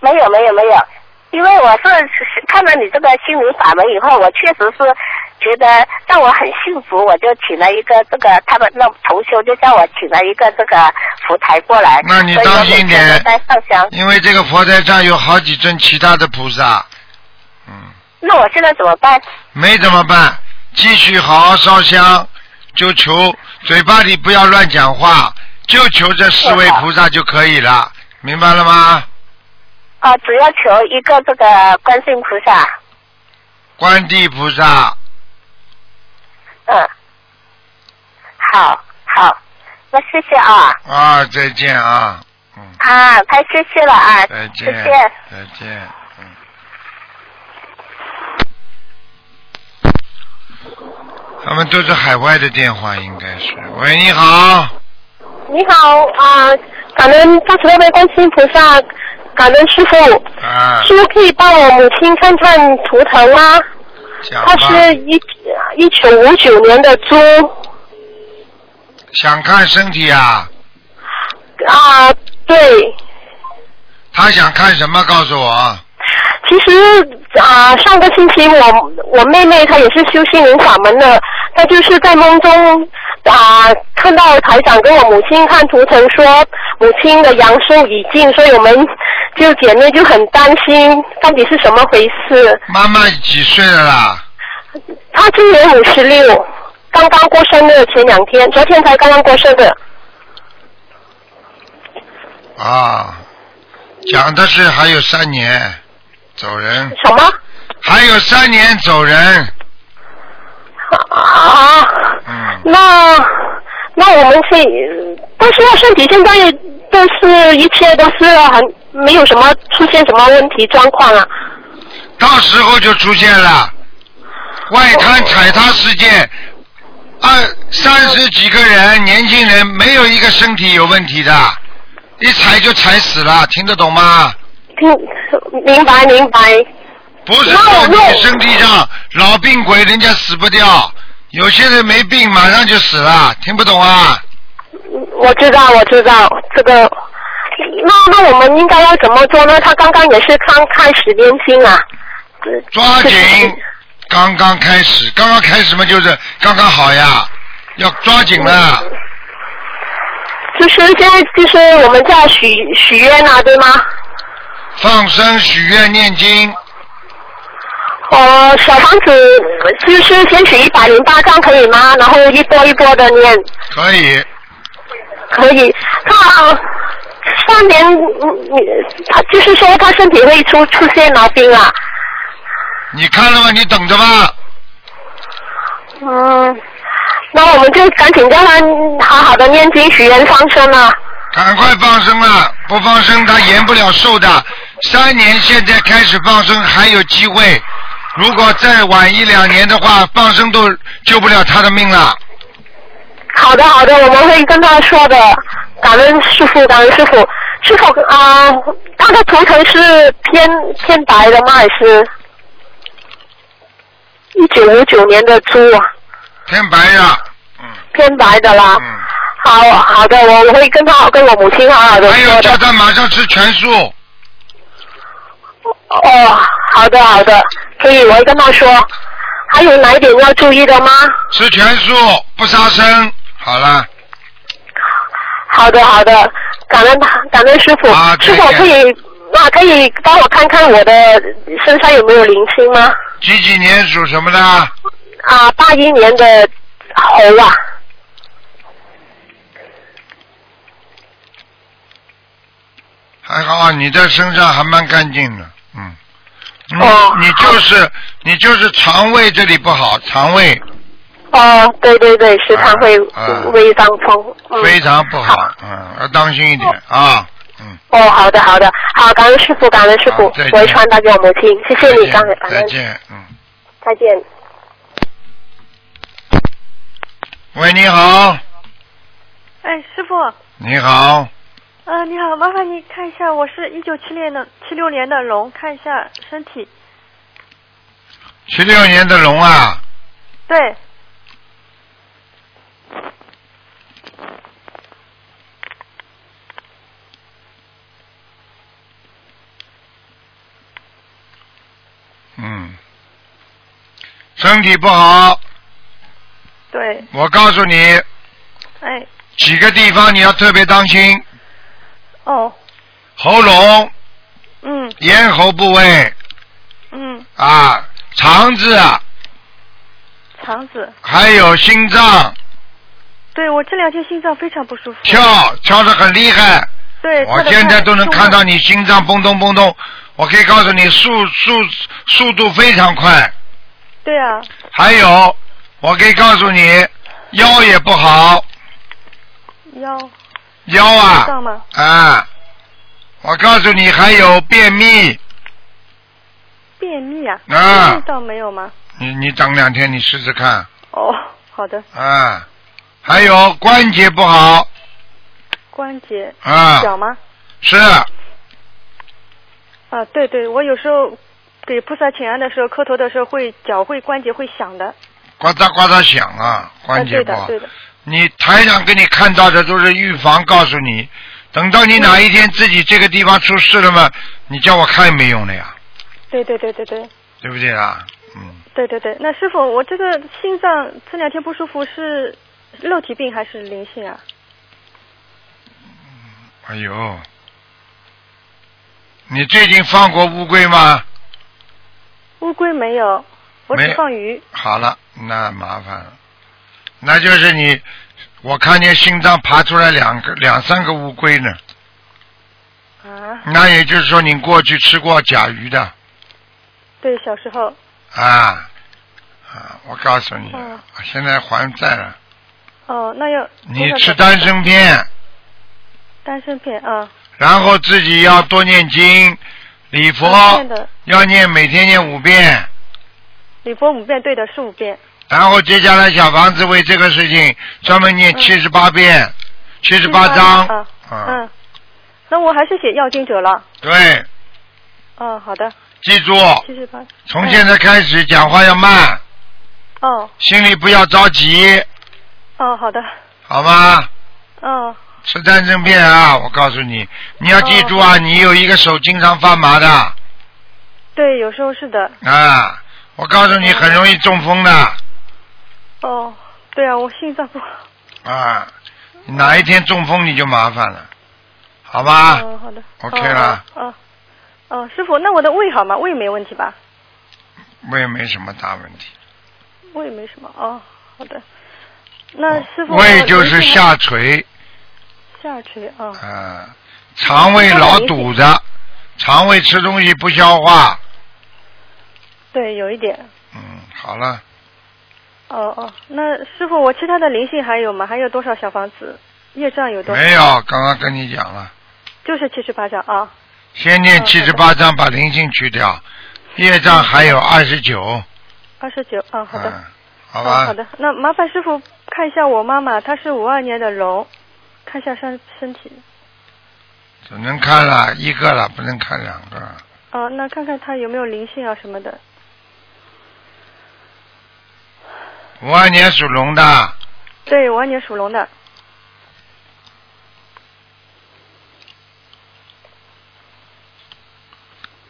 Speaker 8: 没有没有没有，因为我是是看了你这个心灵法门以后，我确实是觉得让我很幸福，我就请了一个这个他们那同修就叫我请了一个这个福台过来。
Speaker 1: 那你
Speaker 8: 所以我
Speaker 1: 当心
Speaker 8: 每天
Speaker 1: 点
Speaker 8: 都在上香。
Speaker 1: 因为这个佛台上有好几尊其他的菩萨，嗯
Speaker 8: 那我现在怎么办？
Speaker 1: 没怎么办，继续好好烧香，就求嘴巴里不要乱讲话，就求这四位菩萨就可以了，明白了吗？
Speaker 8: 啊，只要求一个这个观世音菩萨，
Speaker 1: 观地菩萨，
Speaker 8: 嗯，好，好，那谢谢啊，
Speaker 1: 啊，再见啊，嗯，
Speaker 8: 啊，太谢谢了啊，
Speaker 1: 再见，
Speaker 8: 谢谢。
Speaker 1: 再见，嗯。他们都是海外的电话，应该是。喂，你好，
Speaker 9: 你好啊、感恩大慈大悲观世音菩萨，感恩师傅，
Speaker 1: 啊，
Speaker 9: 师傅可以帮我母亲看看图腾吗？
Speaker 1: 讲
Speaker 9: 她
Speaker 1: 吧。
Speaker 9: 是一一九五九年的猪
Speaker 1: 想看身体啊？
Speaker 9: 啊、对，
Speaker 1: 他想看什么？告诉我。
Speaker 9: 其实
Speaker 8: 啊、上个星期我我妹妹她也是修心灵法门的，她就是在梦中啊、看到台长跟我母亲看图腾说母亲的阳寿已尽，所以我们就姐妹就很担心到底是什么回事。
Speaker 1: 妈妈几岁了啦？
Speaker 8: 她今年五十六，刚刚过生日，前两天昨天才刚刚过生日。
Speaker 1: 啊，讲的是还有三年走人，
Speaker 8: 什么？
Speaker 1: 还有三年走人。
Speaker 8: 啊，
Speaker 1: 嗯，
Speaker 8: 那那我们现，但是身体现在都是一切都是很没有什么出现什么问题状况啊。
Speaker 1: 到时候就出现了外滩踩踏事件，二三十几个人年轻人没有一个身体有问题的，一踩就踩死了，听得懂吗？
Speaker 8: 听明白明白，
Speaker 1: 不是说你身体上老病鬼人家死不掉，有些人没病马上就死了，听不懂啊？
Speaker 8: 我知道我知道这个。那那我们应该要怎么做呢？他刚刚也是刚开始年轻啊，
Speaker 1: 抓紧，刚刚开始，刚刚开始嘛，就是刚刚好呀，要抓紧了。
Speaker 8: 就是现在就是我们在许许愿啊，对吗？
Speaker 1: 放生、许愿、念经，
Speaker 8: 哦，小房子就是先取一百零八张可以吗？然后一波一波的念。
Speaker 1: 可以。
Speaker 8: 可以，他三年，嗯你他就是说他身体会出出现毛病啊。
Speaker 1: 你看了吗？你等着吧。
Speaker 8: 嗯，那我们就赶紧叫他好好的念经许愿放生啊。
Speaker 1: 赶快放生了，不放生他延不了寿的。三年现在开始放生还有机会，如果再晚一两年的话，放生都救不了他的命了。
Speaker 8: 好的，好的，我们会跟他说的。感恩师傅，感恩师傅。师傅啊、他的图腾是偏偏白的吗？还是？一九五九年的猪啊，
Speaker 1: 天白呀，
Speaker 8: 偏白的啦。
Speaker 1: 嗯
Speaker 8: 好好的，我我会跟他跟我母亲好好的
Speaker 1: 还有
Speaker 8: 说的
Speaker 1: 叫。他马上吃全素。
Speaker 8: 哦，好的好的，可以，我会跟他说。还有哪一点要注意的吗？
Speaker 1: 吃全素，不杀生。好了，
Speaker 8: 好的好的，感恩感恩师傅，
Speaker 1: 啊
Speaker 8: 师傅
Speaker 1: 再见
Speaker 8: 可以啊可以帮我看看我的身上有没有灵性吗？
Speaker 1: 几几年属什么的？
Speaker 8: 啊，八一年的猴啊，
Speaker 1: 还好啊，你在身上还蛮干净的，嗯。你、
Speaker 8: 哦
Speaker 1: 你就是你就是肠胃这里不好，肠胃
Speaker 8: 哦，对对对，时常会
Speaker 1: 啊啊
Speaker 8: 微伤风，嗯，
Speaker 1: 非常不好，嗯，要当心一点啊。
Speaker 8: 哦，好的好的，好，感恩师傅，感恩师傅
Speaker 1: 好啊再见，
Speaker 8: 我会传达给我母亲，谢谢
Speaker 1: 再
Speaker 8: 你，
Speaker 1: 见
Speaker 8: 感恩感
Speaker 1: 再
Speaker 8: 恩，
Speaker 1: 见，嗯。
Speaker 8: 再见。
Speaker 1: 喂，你好，
Speaker 10: 哎，师傅，
Speaker 1: 你好，
Speaker 10: 呃，你好，麻烦你看一下，我是一九七年的七六年的龙，看一下身体。
Speaker 1: 七六年的龙啊，
Speaker 10: 对，
Speaker 1: 嗯，身体不好，
Speaker 10: 对，
Speaker 1: 我告诉你
Speaker 10: 哎，
Speaker 1: 几个地方你要特别当心，
Speaker 10: 哦，
Speaker 1: 喉咙、
Speaker 10: 嗯
Speaker 1: 咽喉部位
Speaker 10: 嗯，
Speaker 1: 啊，肠子啊。
Speaker 10: 肠子，
Speaker 1: 还有心脏
Speaker 10: 对我这两天心脏非常不舒服。
Speaker 1: 跳跳的很厉害，
Speaker 10: 对，
Speaker 1: 我
Speaker 10: 跳得
Speaker 1: 现在
Speaker 10: 快
Speaker 1: 都能
Speaker 10: 中
Speaker 1: 看
Speaker 10: 了
Speaker 1: 到你心脏蹦咚蹦咚，我可以告诉你速速速度非常快。
Speaker 10: 对啊，
Speaker 1: 还有，我可以告诉你腰也不好，
Speaker 10: 腰
Speaker 1: 腰
Speaker 10: 心
Speaker 1: 啊
Speaker 10: 脏吗？
Speaker 1: 啊，我告诉你还有便秘，
Speaker 10: 便秘啊？
Speaker 1: 啊
Speaker 10: 味道没有吗？
Speaker 1: 你你等两天你试试看
Speaker 10: 哦，好的，
Speaker 1: 啊，还有关节不好
Speaker 10: 关节
Speaker 1: 啊，
Speaker 10: 脚吗？
Speaker 1: 是
Speaker 10: 啊，对对，我有时候给菩萨请安的时候磕头的时候会脚会关节会响的。
Speaker 1: 呱嗒呱嗒响啊，关节
Speaker 10: 啊、对
Speaker 1: 不好。
Speaker 10: 的对的。
Speaker 1: 你台长给你看到的都是预防，告诉你，等到你哪一天自己这个地方出事了嘛，你叫我看也没用的呀。
Speaker 10: 对对对对对，
Speaker 1: 对不对啊？
Speaker 10: 对对对，那师傅，我这个心脏这两天不舒服是肉体病还是灵性啊？
Speaker 1: 哎呦，你最近放过乌龟吗？
Speaker 10: 乌龟没有，我
Speaker 1: 没
Speaker 10: 只
Speaker 1: 有
Speaker 10: 放鱼。
Speaker 1: 好了，那麻烦了，那就是你，我看见心脏爬出来两个两三个乌龟呢。
Speaker 10: 啊，
Speaker 1: 那也就是说你过去吃过甲鱼的
Speaker 10: 对，小时候，
Speaker 1: 啊啊！我告诉你，
Speaker 10: 嗯，
Speaker 1: 现在还债了。
Speaker 10: 哦，那要多
Speaker 1: 你
Speaker 10: 少
Speaker 1: 吃
Speaker 10: 张
Speaker 1: 丹参片，
Speaker 10: 丹参片啊，
Speaker 1: 然后自己要多念经，礼佛
Speaker 10: 嗯念的
Speaker 1: 要念每天念五遍，
Speaker 10: 李波五遍，对的，是五遍。
Speaker 1: 然后接下来小房子为这个事情专门
Speaker 10: 嗯
Speaker 1: 念七十八遍，七十八章
Speaker 10: 啊，
Speaker 1: 啊，
Speaker 10: 嗯，那我还是写要经者了。
Speaker 1: 对，
Speaker 10: 嗯，好的。
Speaker 1: 记住，
Speaker 10: 七十八。
Speaker 1: 从现在开始讲话要慢，
Speaker 10: 嗯哦
Speaker 1: 心里不要着急，
Speaker 10: 哦，好的，
Speaker 1: 好吗？
Speaker 10: 嗯
Speaker 1: 吃丹参片啊，我告诉你，你要记住啊，
Speaker 10: 哦
Speaker 1: 你有一个手经常发麻的
Speaker 10: 对，有时候是的。
Speaker 1: 啊，我告诉
Speaker 10: 嗯
Speaker 1: 你很容易中风的
Speaker 10: 哦，对啊，我心脏不好。
Speaker 1: 啊，哪一天中风你就麻烦了，好吧？
Speaker 10: 嗯，好的。
Speaker 1: 啊 OK 啦
Speaker 10: 哦。哦哦，师傅，那我的胃好吗？胃没问题吧？
Speaker 1: 我也没什么大问题，
Speaker 10: 胃没什么。哦，好的。那师傅，
Speaker 1: 哦胃就是下
Speaker 10: 下
Speaker 1: 垂
Speaker 10: 下垂啊。哦
Speaker 1: 啊，肠胃老堵着，肠胃吃东西不消化，
Speaker 10: 对，有一点。
Speaker 1: 嗯，好了，
Speaker 10: 哦哦，那师傅，我其他的灵性还有吗？还有多少小房子？业障有多少？
Speaker 1: 没有，刚刚跟你讲了，
Speaker 10: 就是七十八张啊。
Speaker 1: 先念七十八章把灵性去掉，业障还有二十九，
Speaker 10: 二十九啊，好的，
Speaker 1: 嗯，好
Speaker 10: 啊
Speaker 1: 吧，
Speaker 10: 好的，那麻烦师傅看一下我妈妈，她是五二年的龙，看一下身身体。
Speaker 1: 只能看了一个了，不能看两个了。
Speaker 10: 啊，那看看她有没有灵性啊什么的。
Speaker 1: 五二年属龙的，
Speaker 10: 对，五二年属龙的，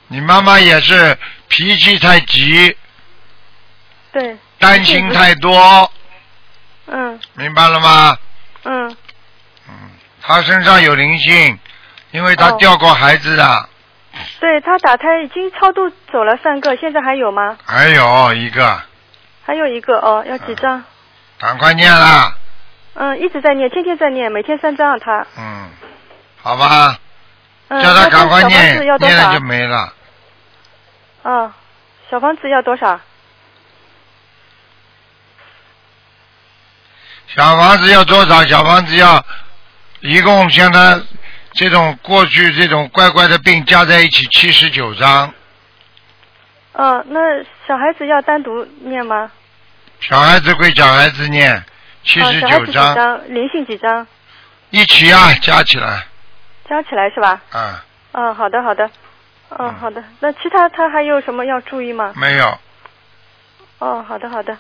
Speaker 1: 你妈妈也是脾气太急，
Speaker 10: 对。
Speaker 1: 担心太多，
Speaker 10: 嗯
Speaker 1: 明白了吗？
Speaker 10: 嗯，
Speaker 1: 她身上有灵性，因为她
Speaker 10: 哦
Speaker 1: 掉过孩子的，
Speaker 10: 对她打胎已经超度走了三个，现在还有吗？
Speaker 1: 还有一个，
Speaker 10: 还有一个哦，要几张？
Speaker 1: 赶快念啦，
Speaker 10: 嗯，一直在念，天天在念，每天三张啊她。
Speaker 1: 嗯，好吧，
Speaker 10: 嗯，
Speaker 1: 叫她赶快
Speaker 10: 那她小房
Speaker 1: 念
Speaker 10: 子要，多
Speaker 1: 念
Speaker 10: 少
Speaker 1: 了就
Speaker 10: 啊？
Speaker 1: 没了。
Speaker 10: 嗯，小房子要多少？
Speaker 1: 小房子要多少？小房子要一共像她这种过去这种怪怪的病加在一起七十九章，
Speaker 10: 嗯，那小孩子要单独念吗？
Speaker 1: 小孩子归小孩子念，七
Speaker 10: 啊，
Speaker 1: 十
Speaker 10: 小孩
Speaker 1: 九
Speaker 10: 子几
Speaker 1: 章。
Speaker 10: 张，灵性几张，
Speaker 1: 一起啊，加起来
Speaker 10: 加起来是吧？
Speaker 1: 啊，
Speaker 10: 嗯，好的好的，嗯好的。那其他他还有什么要注意吗？
Speaker 1: 没有，
Speaker 10: 哦，好的好的。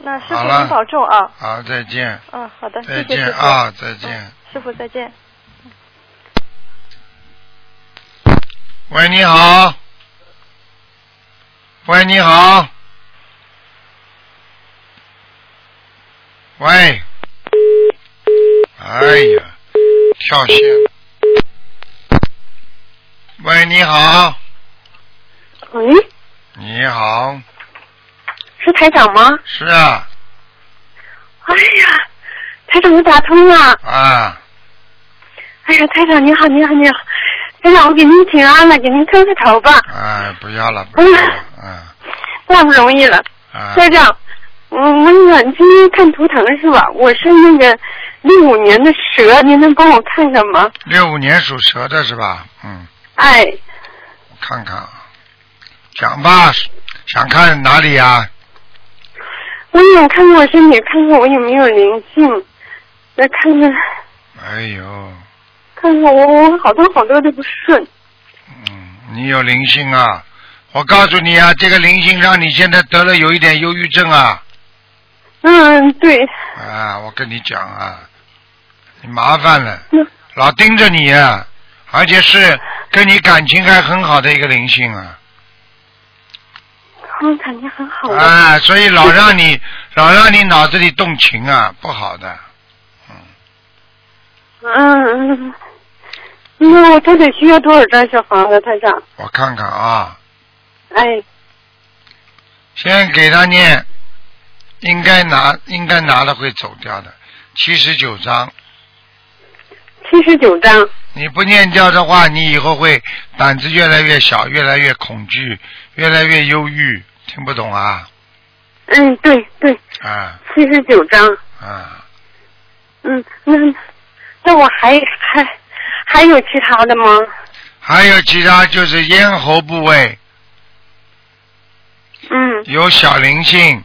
Speaker 10: 那师傅
Speaker 1: 好了
Speaker 10: 您保重啊。
Speaker 1: 好，再见，
Speaker 10: 嗯，好的，谢
Speaker 1: 再
Speaker 10: 谢师
Speaker 1: 见
Speaker 10: 傅。嗯
Speaker 1: 啊，再见。
Speaker 10: 师傅再见。
Speaker 1: 喂，你好，喂，你好，喂，哎呀，跳线了。喂，你好，
Speaker 7: 喂，
Speaker 1: 你好，
Speaker 7: 是台长吗？
Speaker 1: 是啊，
Speaker 7: 哎呀，台长，我打通了！
Speaker 1: 啊，
Speaker 7: 哎呀，台长你好，你好，你好，台长，我给您请安了，给您磕个头吧。
Speaker 1: 哎，不要了，不
Speaker 7: 嗯
Speaker 1: 要了，
Speaker 7: 太不容易了，
Speaker 1: 啊，
Speaker 7: 台长，我我那个今天看图腾是吧？我是那个六五年的蛇，您能帮我看看吗？
Speaker 1: 六五年属蛇的是吧？嗯。
Speaker 7: 哎，
Speaker 1: 我看看啊，讲吧，想看哪里啊？
Speaker 7: 我想看看我身体，看看我有没有灵性，来看看
Speaker 1: 哎呦，
Speaker 7: 看看我我好多好多都不顺。
Speaker 1: 嗯你有灵性啊！我告诉你啊，这个灵性让你现在得了有一点忧郁症啊！
Speaker 7: 嗯，对，
Speaker 1: 啊，我跟你讲啊，你麻烦了，
Speaker 2: 嗯
Speaker 1: 老盯着你啊，而且是跟你感情还很好的一个灵性啊，
Speaker 2: 嗯，感觉很好。
Speaker 1: 啊，所以老让你老让你脑子里动情啊，不好的。
Speaker 2: 嗯，那我这得需要多少张小房子，台长？
Speaker 1: 我看看啊，
Speaker 2: 哎，
Speaker 1: 先给他念，应该拿应该拿了会走掉的，七十九章。
Speaker 2: 七十九章。
Speaker 1: 你不念掉的话，你以后会胆子越来越小，越来越恐惧，越来越忧郁，听不懂啊？
Speaker 2: 嗯，对对，
Speaker 1: 啊
Speaker 2: 七十九张。
Speaker 1: 啊，
Speaker 2: 嗯，那那我还还还有其他的吗？
Speaker 1: 还有其他就是咽喉部位
Speaker 2: 嗯，
Speaker 1: 有小灵性，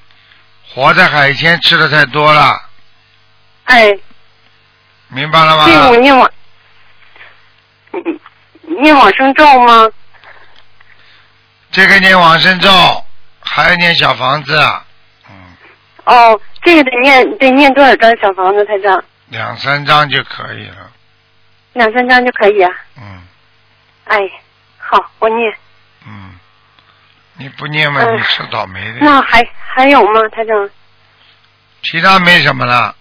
Speaker 1: 活的海鲜吃的太多了，
Speaker 2: 哎，
Speaker 1: 明白了吗？
Speaker 2: 对我念往，嗯念往生咒吗？
Speaker 1: 这个念往生咒，还要念小房子，啊嗯
Speaker 2: 哦，这个得念得念多少张小房子，台长？
Speaker 1: 两三张就可以了。
Speaker 2: 两三张就可以啊。
Speaker 1: 嗯
Speaker 2: 哎，好，我念。
Speaker 1: 嗯，你不念嘛，
Speaker 2: 嗯
Speaker 1: 你吃倒霉的。
Speaker 2: 那还还有吗，台长？
Speaker 1: 其他没什么了。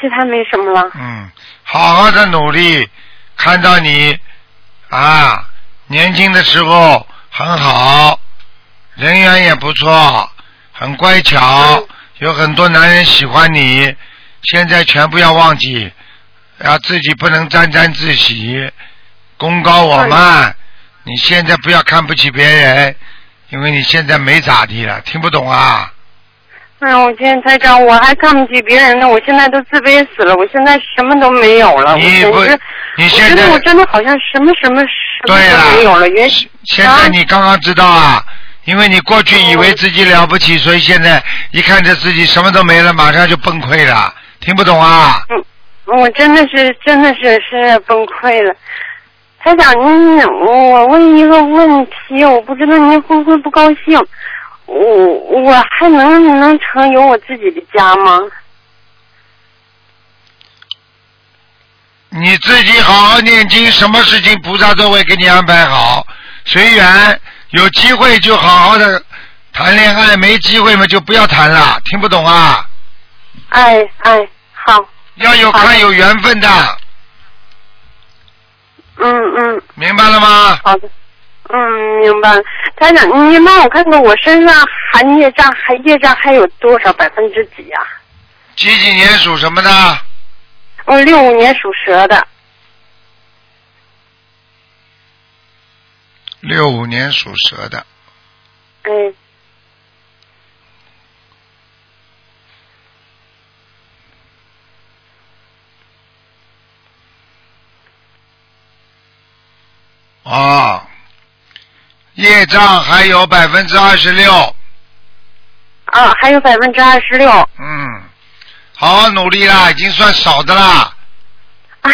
Speaker 2: 其他没什么了。
Speaker 1: 嗯，好好的努力，看到你啊，年轻的时候很好，人缘也不错，很乖巧，
Speaker 2: 嗯
Speaker 1: 有很多男人喜欢你。现在全部要忘记，啊，自己不能沾沾自喜，功高我慢。你现在不要看不起别人，因为你现在没咋地了，听不懂啊？
Speaker 2: 哎呀，我今天台长，我还看不起别人呢，我现在都自卑死了，我现在什么都没有啊了，我
Speaker 1: 你不
Speaker 2: 简直，
Speaker 1: 你
Speaker 2: 我觉
Speaker 1: 现在
Speaker 2: 得我真的好像什么什么什么都没有了，原
Speaker 1: 现在你刚刚知道啊，因为你过去以为自己了不起，所以现在一看着自己什么都没了，马上就崩溃了，听不懂啊？
Speaker 2: 我真的是真的是是崩溃了。台长，您我我问一个问题，我不知道您会不会不高兴。我我还能能成有我自己的家吗？
Speaker 1: 你自己好好念经，什么事情菩萨都会给你安排好，随缘。有机会就好好的谈恋爱，没机会嘛就不要谈了，听不懂啊？
Speaker 2: 哎哎，好，
Speaker 1: 要有看有缘分的，
Speaker 2: 嗯嗯，
Speaker 1: 明白了吗？
Speaker 2: 好的，嗯，明白了。台长，您帮我看看我身上含业障，还业障还有多少百分之几啊？
Speaker 1: 几几年属什么的？
Speaker 2: 我嗯六五年属蛇的，
Speaker 1: 六五年属蛇的，
Speaker 2: 嗯，
Speaker 1: 哦，业障还有百分之二十六，
Speaker 2: 啊，还有百分之二十六。
Speaker 1: 嗯，好好努力啦，已经算少的啦。
Speaker 2: 哎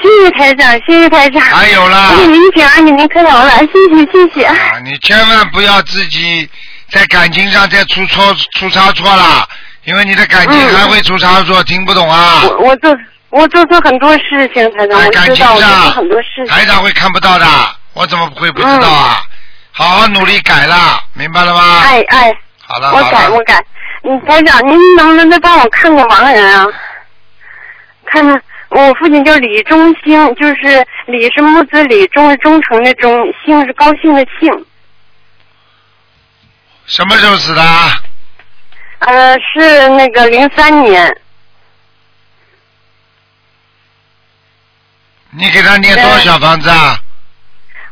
Speaker 2: 谢谢台长，谢谢台长。
Speaker 1: 还有啦
Speaker 2: 我给您请安，给您磕头了，谢谢谢谢。
Speaker 1: 啊，你千万不要自己在感情上再出错出差错啦，因为你的感情
Speaker 2: 嗯
Speaker 1: 还会出差错，听不懂啊？
Speaker 2: 我我做我做错很多事情，台长，我
Speaker 1: 感
Speaker 2: 知
Speaker 1: 情
Speaker 2: 道我做错
Speaker 1: 上
Speaker 2: 很多事情。
Speaker 1: 台长会看不到的，我怎么会不知道啊？好好努力改啦，明白了吗？
Speaker 2: 嗯哎哎，
Speaker 1: 好了，
Speaker 2: 我
Speaker 1: 好
Speaker 2: 改
Speaker 1: 了
Speaker 2: 我改。嗯，台长，您能不能再帮我看个亡人啊？看看我父亲叫李忠兴，就是李是木字李，忠是忠诚的忠，兴是高兴的兴。
Speaker 1: 什么时候死的啊？
Speaker 2: 呃，是那个零三年，
Speaker 1: 你给他念多少小房子啊？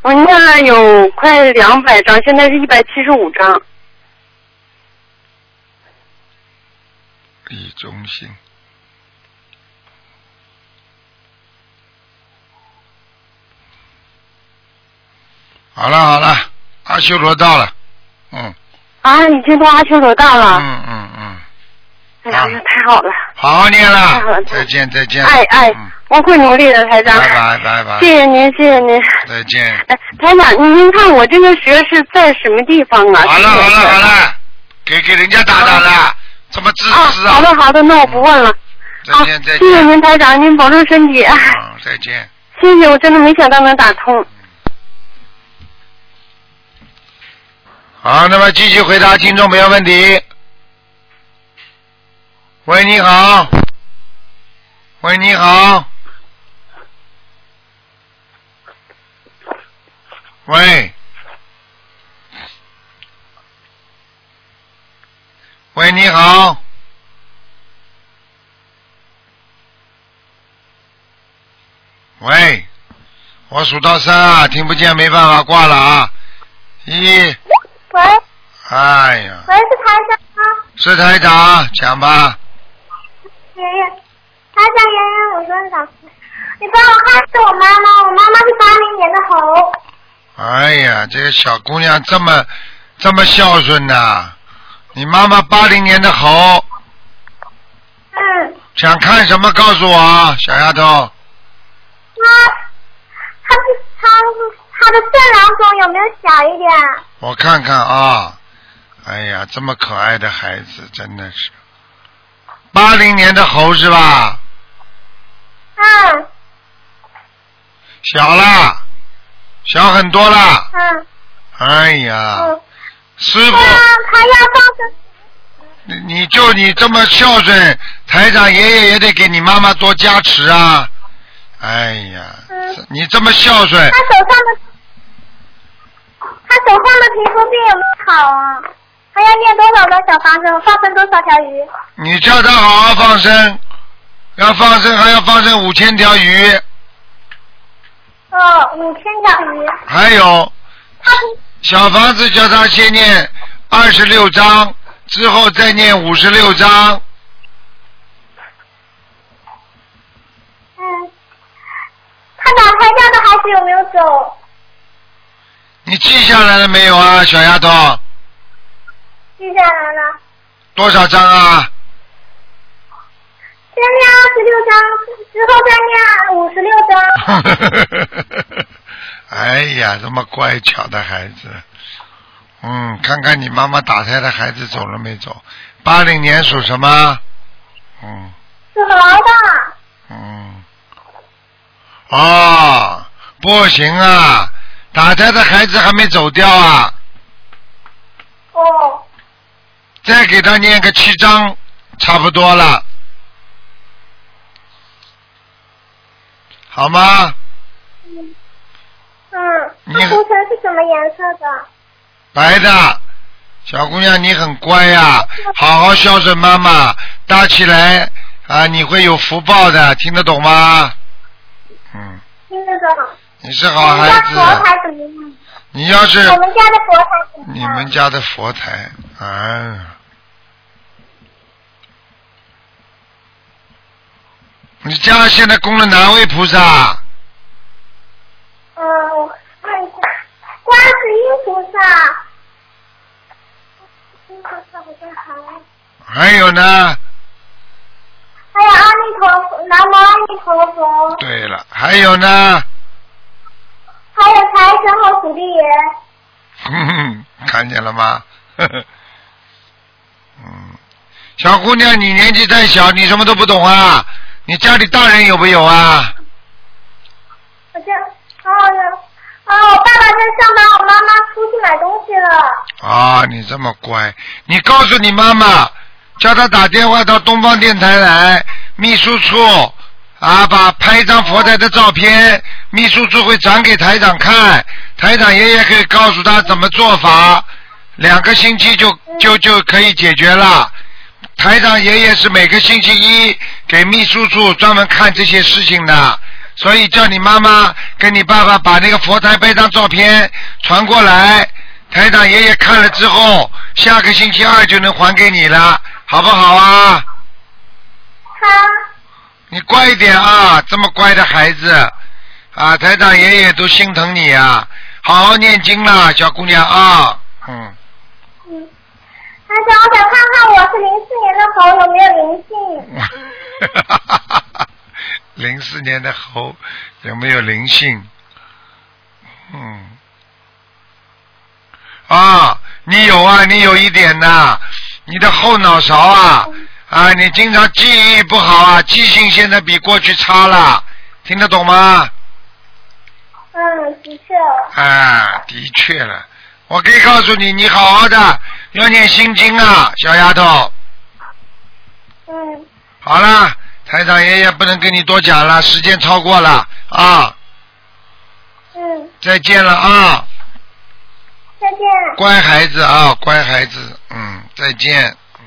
Speaker 2: 我念了有快两百张，现在是一百七十五张。
Speaker 1: 李忠信。好了好了，阿修罗到了，嗯
Speaker 2: 啊，已经到阿修罗道了。
Speaker 1: 嗯嗯嗯，啊
Speaker 2: 哎呀，那太好了！
Speaker 1: 好好念
Speaker 2: 太好
Speaker 1: 了
Speaker 2: 了，
Speaker 1: 再见再见，嗯
Speaker 2: 哎哎，我会努力的，台长。
Speaker 1: 拜拜拜拜，
Speaker 2: 谢谢您，谢谢您。
Speaker 1: 再见。
Speaker 2: 哎，台长，您看我这个蛇是在什么地方啊？
Speaker 1: 好了好了好了，给给人家打打了，怎么自私啊？嗯
Speaker 2: 好的好的，那我不问了。
Speaker 1: 再见嗯再
Speaker 2: 谢谢
Speaker 1: 见，
Speaker 2: 您，台长，您保重身体。啊
Speaker 1: 再见。
Speaker 2: 谢谢，我真的没想到能打通。
Speaker 1: 好，那么继续回答听众朋友问题。喂，你好。喂，你好。喂。喂，你好。喂，我数到三啊，听不见，没办法挂了啊。一，
Speaker 11: 喂，
Speaker 1: 哎呀，
Speaker 11: 喂，是台长吗？
Speaker 1: 是台长，讲吧。
Speaker 11: 圆圆，台长圆圆，我说老师，你帮我看是我妈妈，我妈妈是八零年的猴，
Speaker 1: 哎呀，这个小姑娘这么这么孝顺呐、你妈妈八零年的猴，
Speaker 11: 嗯，
Speaker 1: 想看什么告诉我啊，小丫头。
Speaker 11: 她她是她她的正囊肿有没有小一点？
Speaker 1: 我看看啊，哎呀，这么可爱的孩子，真的是。八零年的猴是吧？
Speaker 11: 嗯
Speaker 1: 小啦，小很多啦。
Speaker 11: 嗯
Speaker 1: 哎呀，
Speaker 11: 嗯，
Speaker 1: 师傅，
Speaker 11: 她要放生，
Speaker 1: 你你就你这么孝顺，台长爷爷也得给你妈妈多加持啊！哎呀，
Speaker 11: 嗯，
Speaker 1: 你这么孝顺，
Speaker 11: 她手上的她手上的皮肤病有没有好啊？还要念多少个小房子？放生多少条鱼？
Speaker 1: 你叫他好好放生，要放生还要放生五千条鱼，
Speaker 11: 哦，五千条鱼。
Speaker 1: 还有小房子叫他先念二十六章，之后再念五十六章。
Speaker 11: 嗯，他打胎掉的孩子有没有走？
Speaker 1: 你记下来了没有啊，小丫头？
Speaker 11: 记下来了。
Speaker 1: 多少章啊？
Speaker 11: 先念二十六章，之后再念五十六章。
Speaker 1: 哎呀，这么乖巧的孩子，嗯，看看你妈妈打胎的孩子走了没走？八零年属什么？嗯
Speaker 11: 是猴的。
Speaker 1: 嗯，哦，不行啊，打胎的孩子还没走掉啊，
Speaker 11: 哦，
Speaker 1: 再给他念个七章，差不多了，好吗？
Speaker 11: 嗯，嗯，
Speaker 1: 你
Speaker 11: 它涂层是什么颜色的？
Speaker 1: 白的，小姑娘你很乖呀、
Speaker 11: 嗯
Speaker 1: 好好孝顺妈妈，搭起来啊，你会有福报的，听得懂吗？嗯，
Speaker 11: 听得懂。
Speaker 1: 你是好
Speaker 11: 我
Speaker 1: 孩
Speaker 11: 们家佛
Speaker 1: 子，
Speaker 11: 台怎么样？
Speaker 1: 你要是
Speaker 11: 我们家的佛台怎么
Speaker 1: 你
Speaker 11: 样？嗯
Speaker 1: 们家的佛台啊，你家现在供了哪位菩萨？
Speaker 11: 嗯，我看一下，观世音菩萨。嗯观世音菩萨不太好啊
Speaker 1: 还有呢？
Speaker 11: 还有哎阿弥陀佛，南无阿弥陀佛，
Speaker 1: 对了，还有呢？
Speaker 11: 还有财神和土地爷。
Speaker 1: 哼哼， 看见了吗？呵呵嗯，小姑娘，你年纪太小，你什么都不懂啊！你家里大人有没有啊？
Speaker 11: 我这，哦哟，哦，我爸爸在上班，我妈妈出去买东西了。
Speaker 1: 啊，你这么乖，你告诉你妈妈，叫她打电话到东方电台来，秘书处啊，把拍一张佛台的照片，秘书处会转给台长看，台长爷爷可以告诉他怎么做法，两个星期就就就可以解决了。台长爷爷是每个星期一给秘书处专门看这些事情的，所以叫你妈妈跟你爸爸把那个佛台拍张照片传过来，台长爷爷看了之后，下个星期二就能还给你了，好不好啊？
Speaker 11: 好，
Speaker 1: 你乖一点啊，这么乖的孩子，啊，台长爷爷都心疼你啊，好好念经啦，小姑娘啊，嗯，
Speaker 11: 嗯，台长，我想看看我是零四年的猴有没有灵性。
Speaker 1: 啊 零四年的猴有没有灵性？嗯，啊，你有啊，你有一点呐、你的后脑勺啊，啊，你经常记忆不好啊，记性现在比过去差了，听得懂吗？
Speaker 11: 嗯，的确，
Speaker 1: 啊，的确了，我可以告诉你，你好好的要念心经啊，小丫头。
Speaker 11: 嗯，
Speaker 1: 好啦，台长爷爷不能跟你多讲了，时间超过了啊，
Speaker 11: 嗯，
Speaker 1: 再见了啊，
Speaker 11: 再见。
Speaker 1: 乖孩子啊，乖孩子，嗯，再见。嗯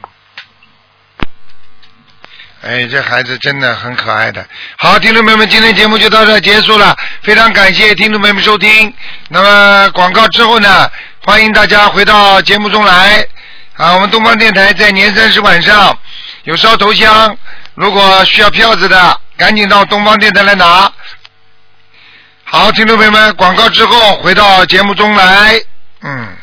Speaker 1: 哎，这孩子真的很可爱的。好，听众朋友们，今天节目就到这儿结束了，非常感谢听众朋友们收听。那么广告之后呢，欢迎大家回到节目中来。啊，我们东方电台在年三十晚上有烧头香，如果需要票子的，赶紧到东方电台来拿。好，听众朋友们，广告之后回到节目中来。嗯。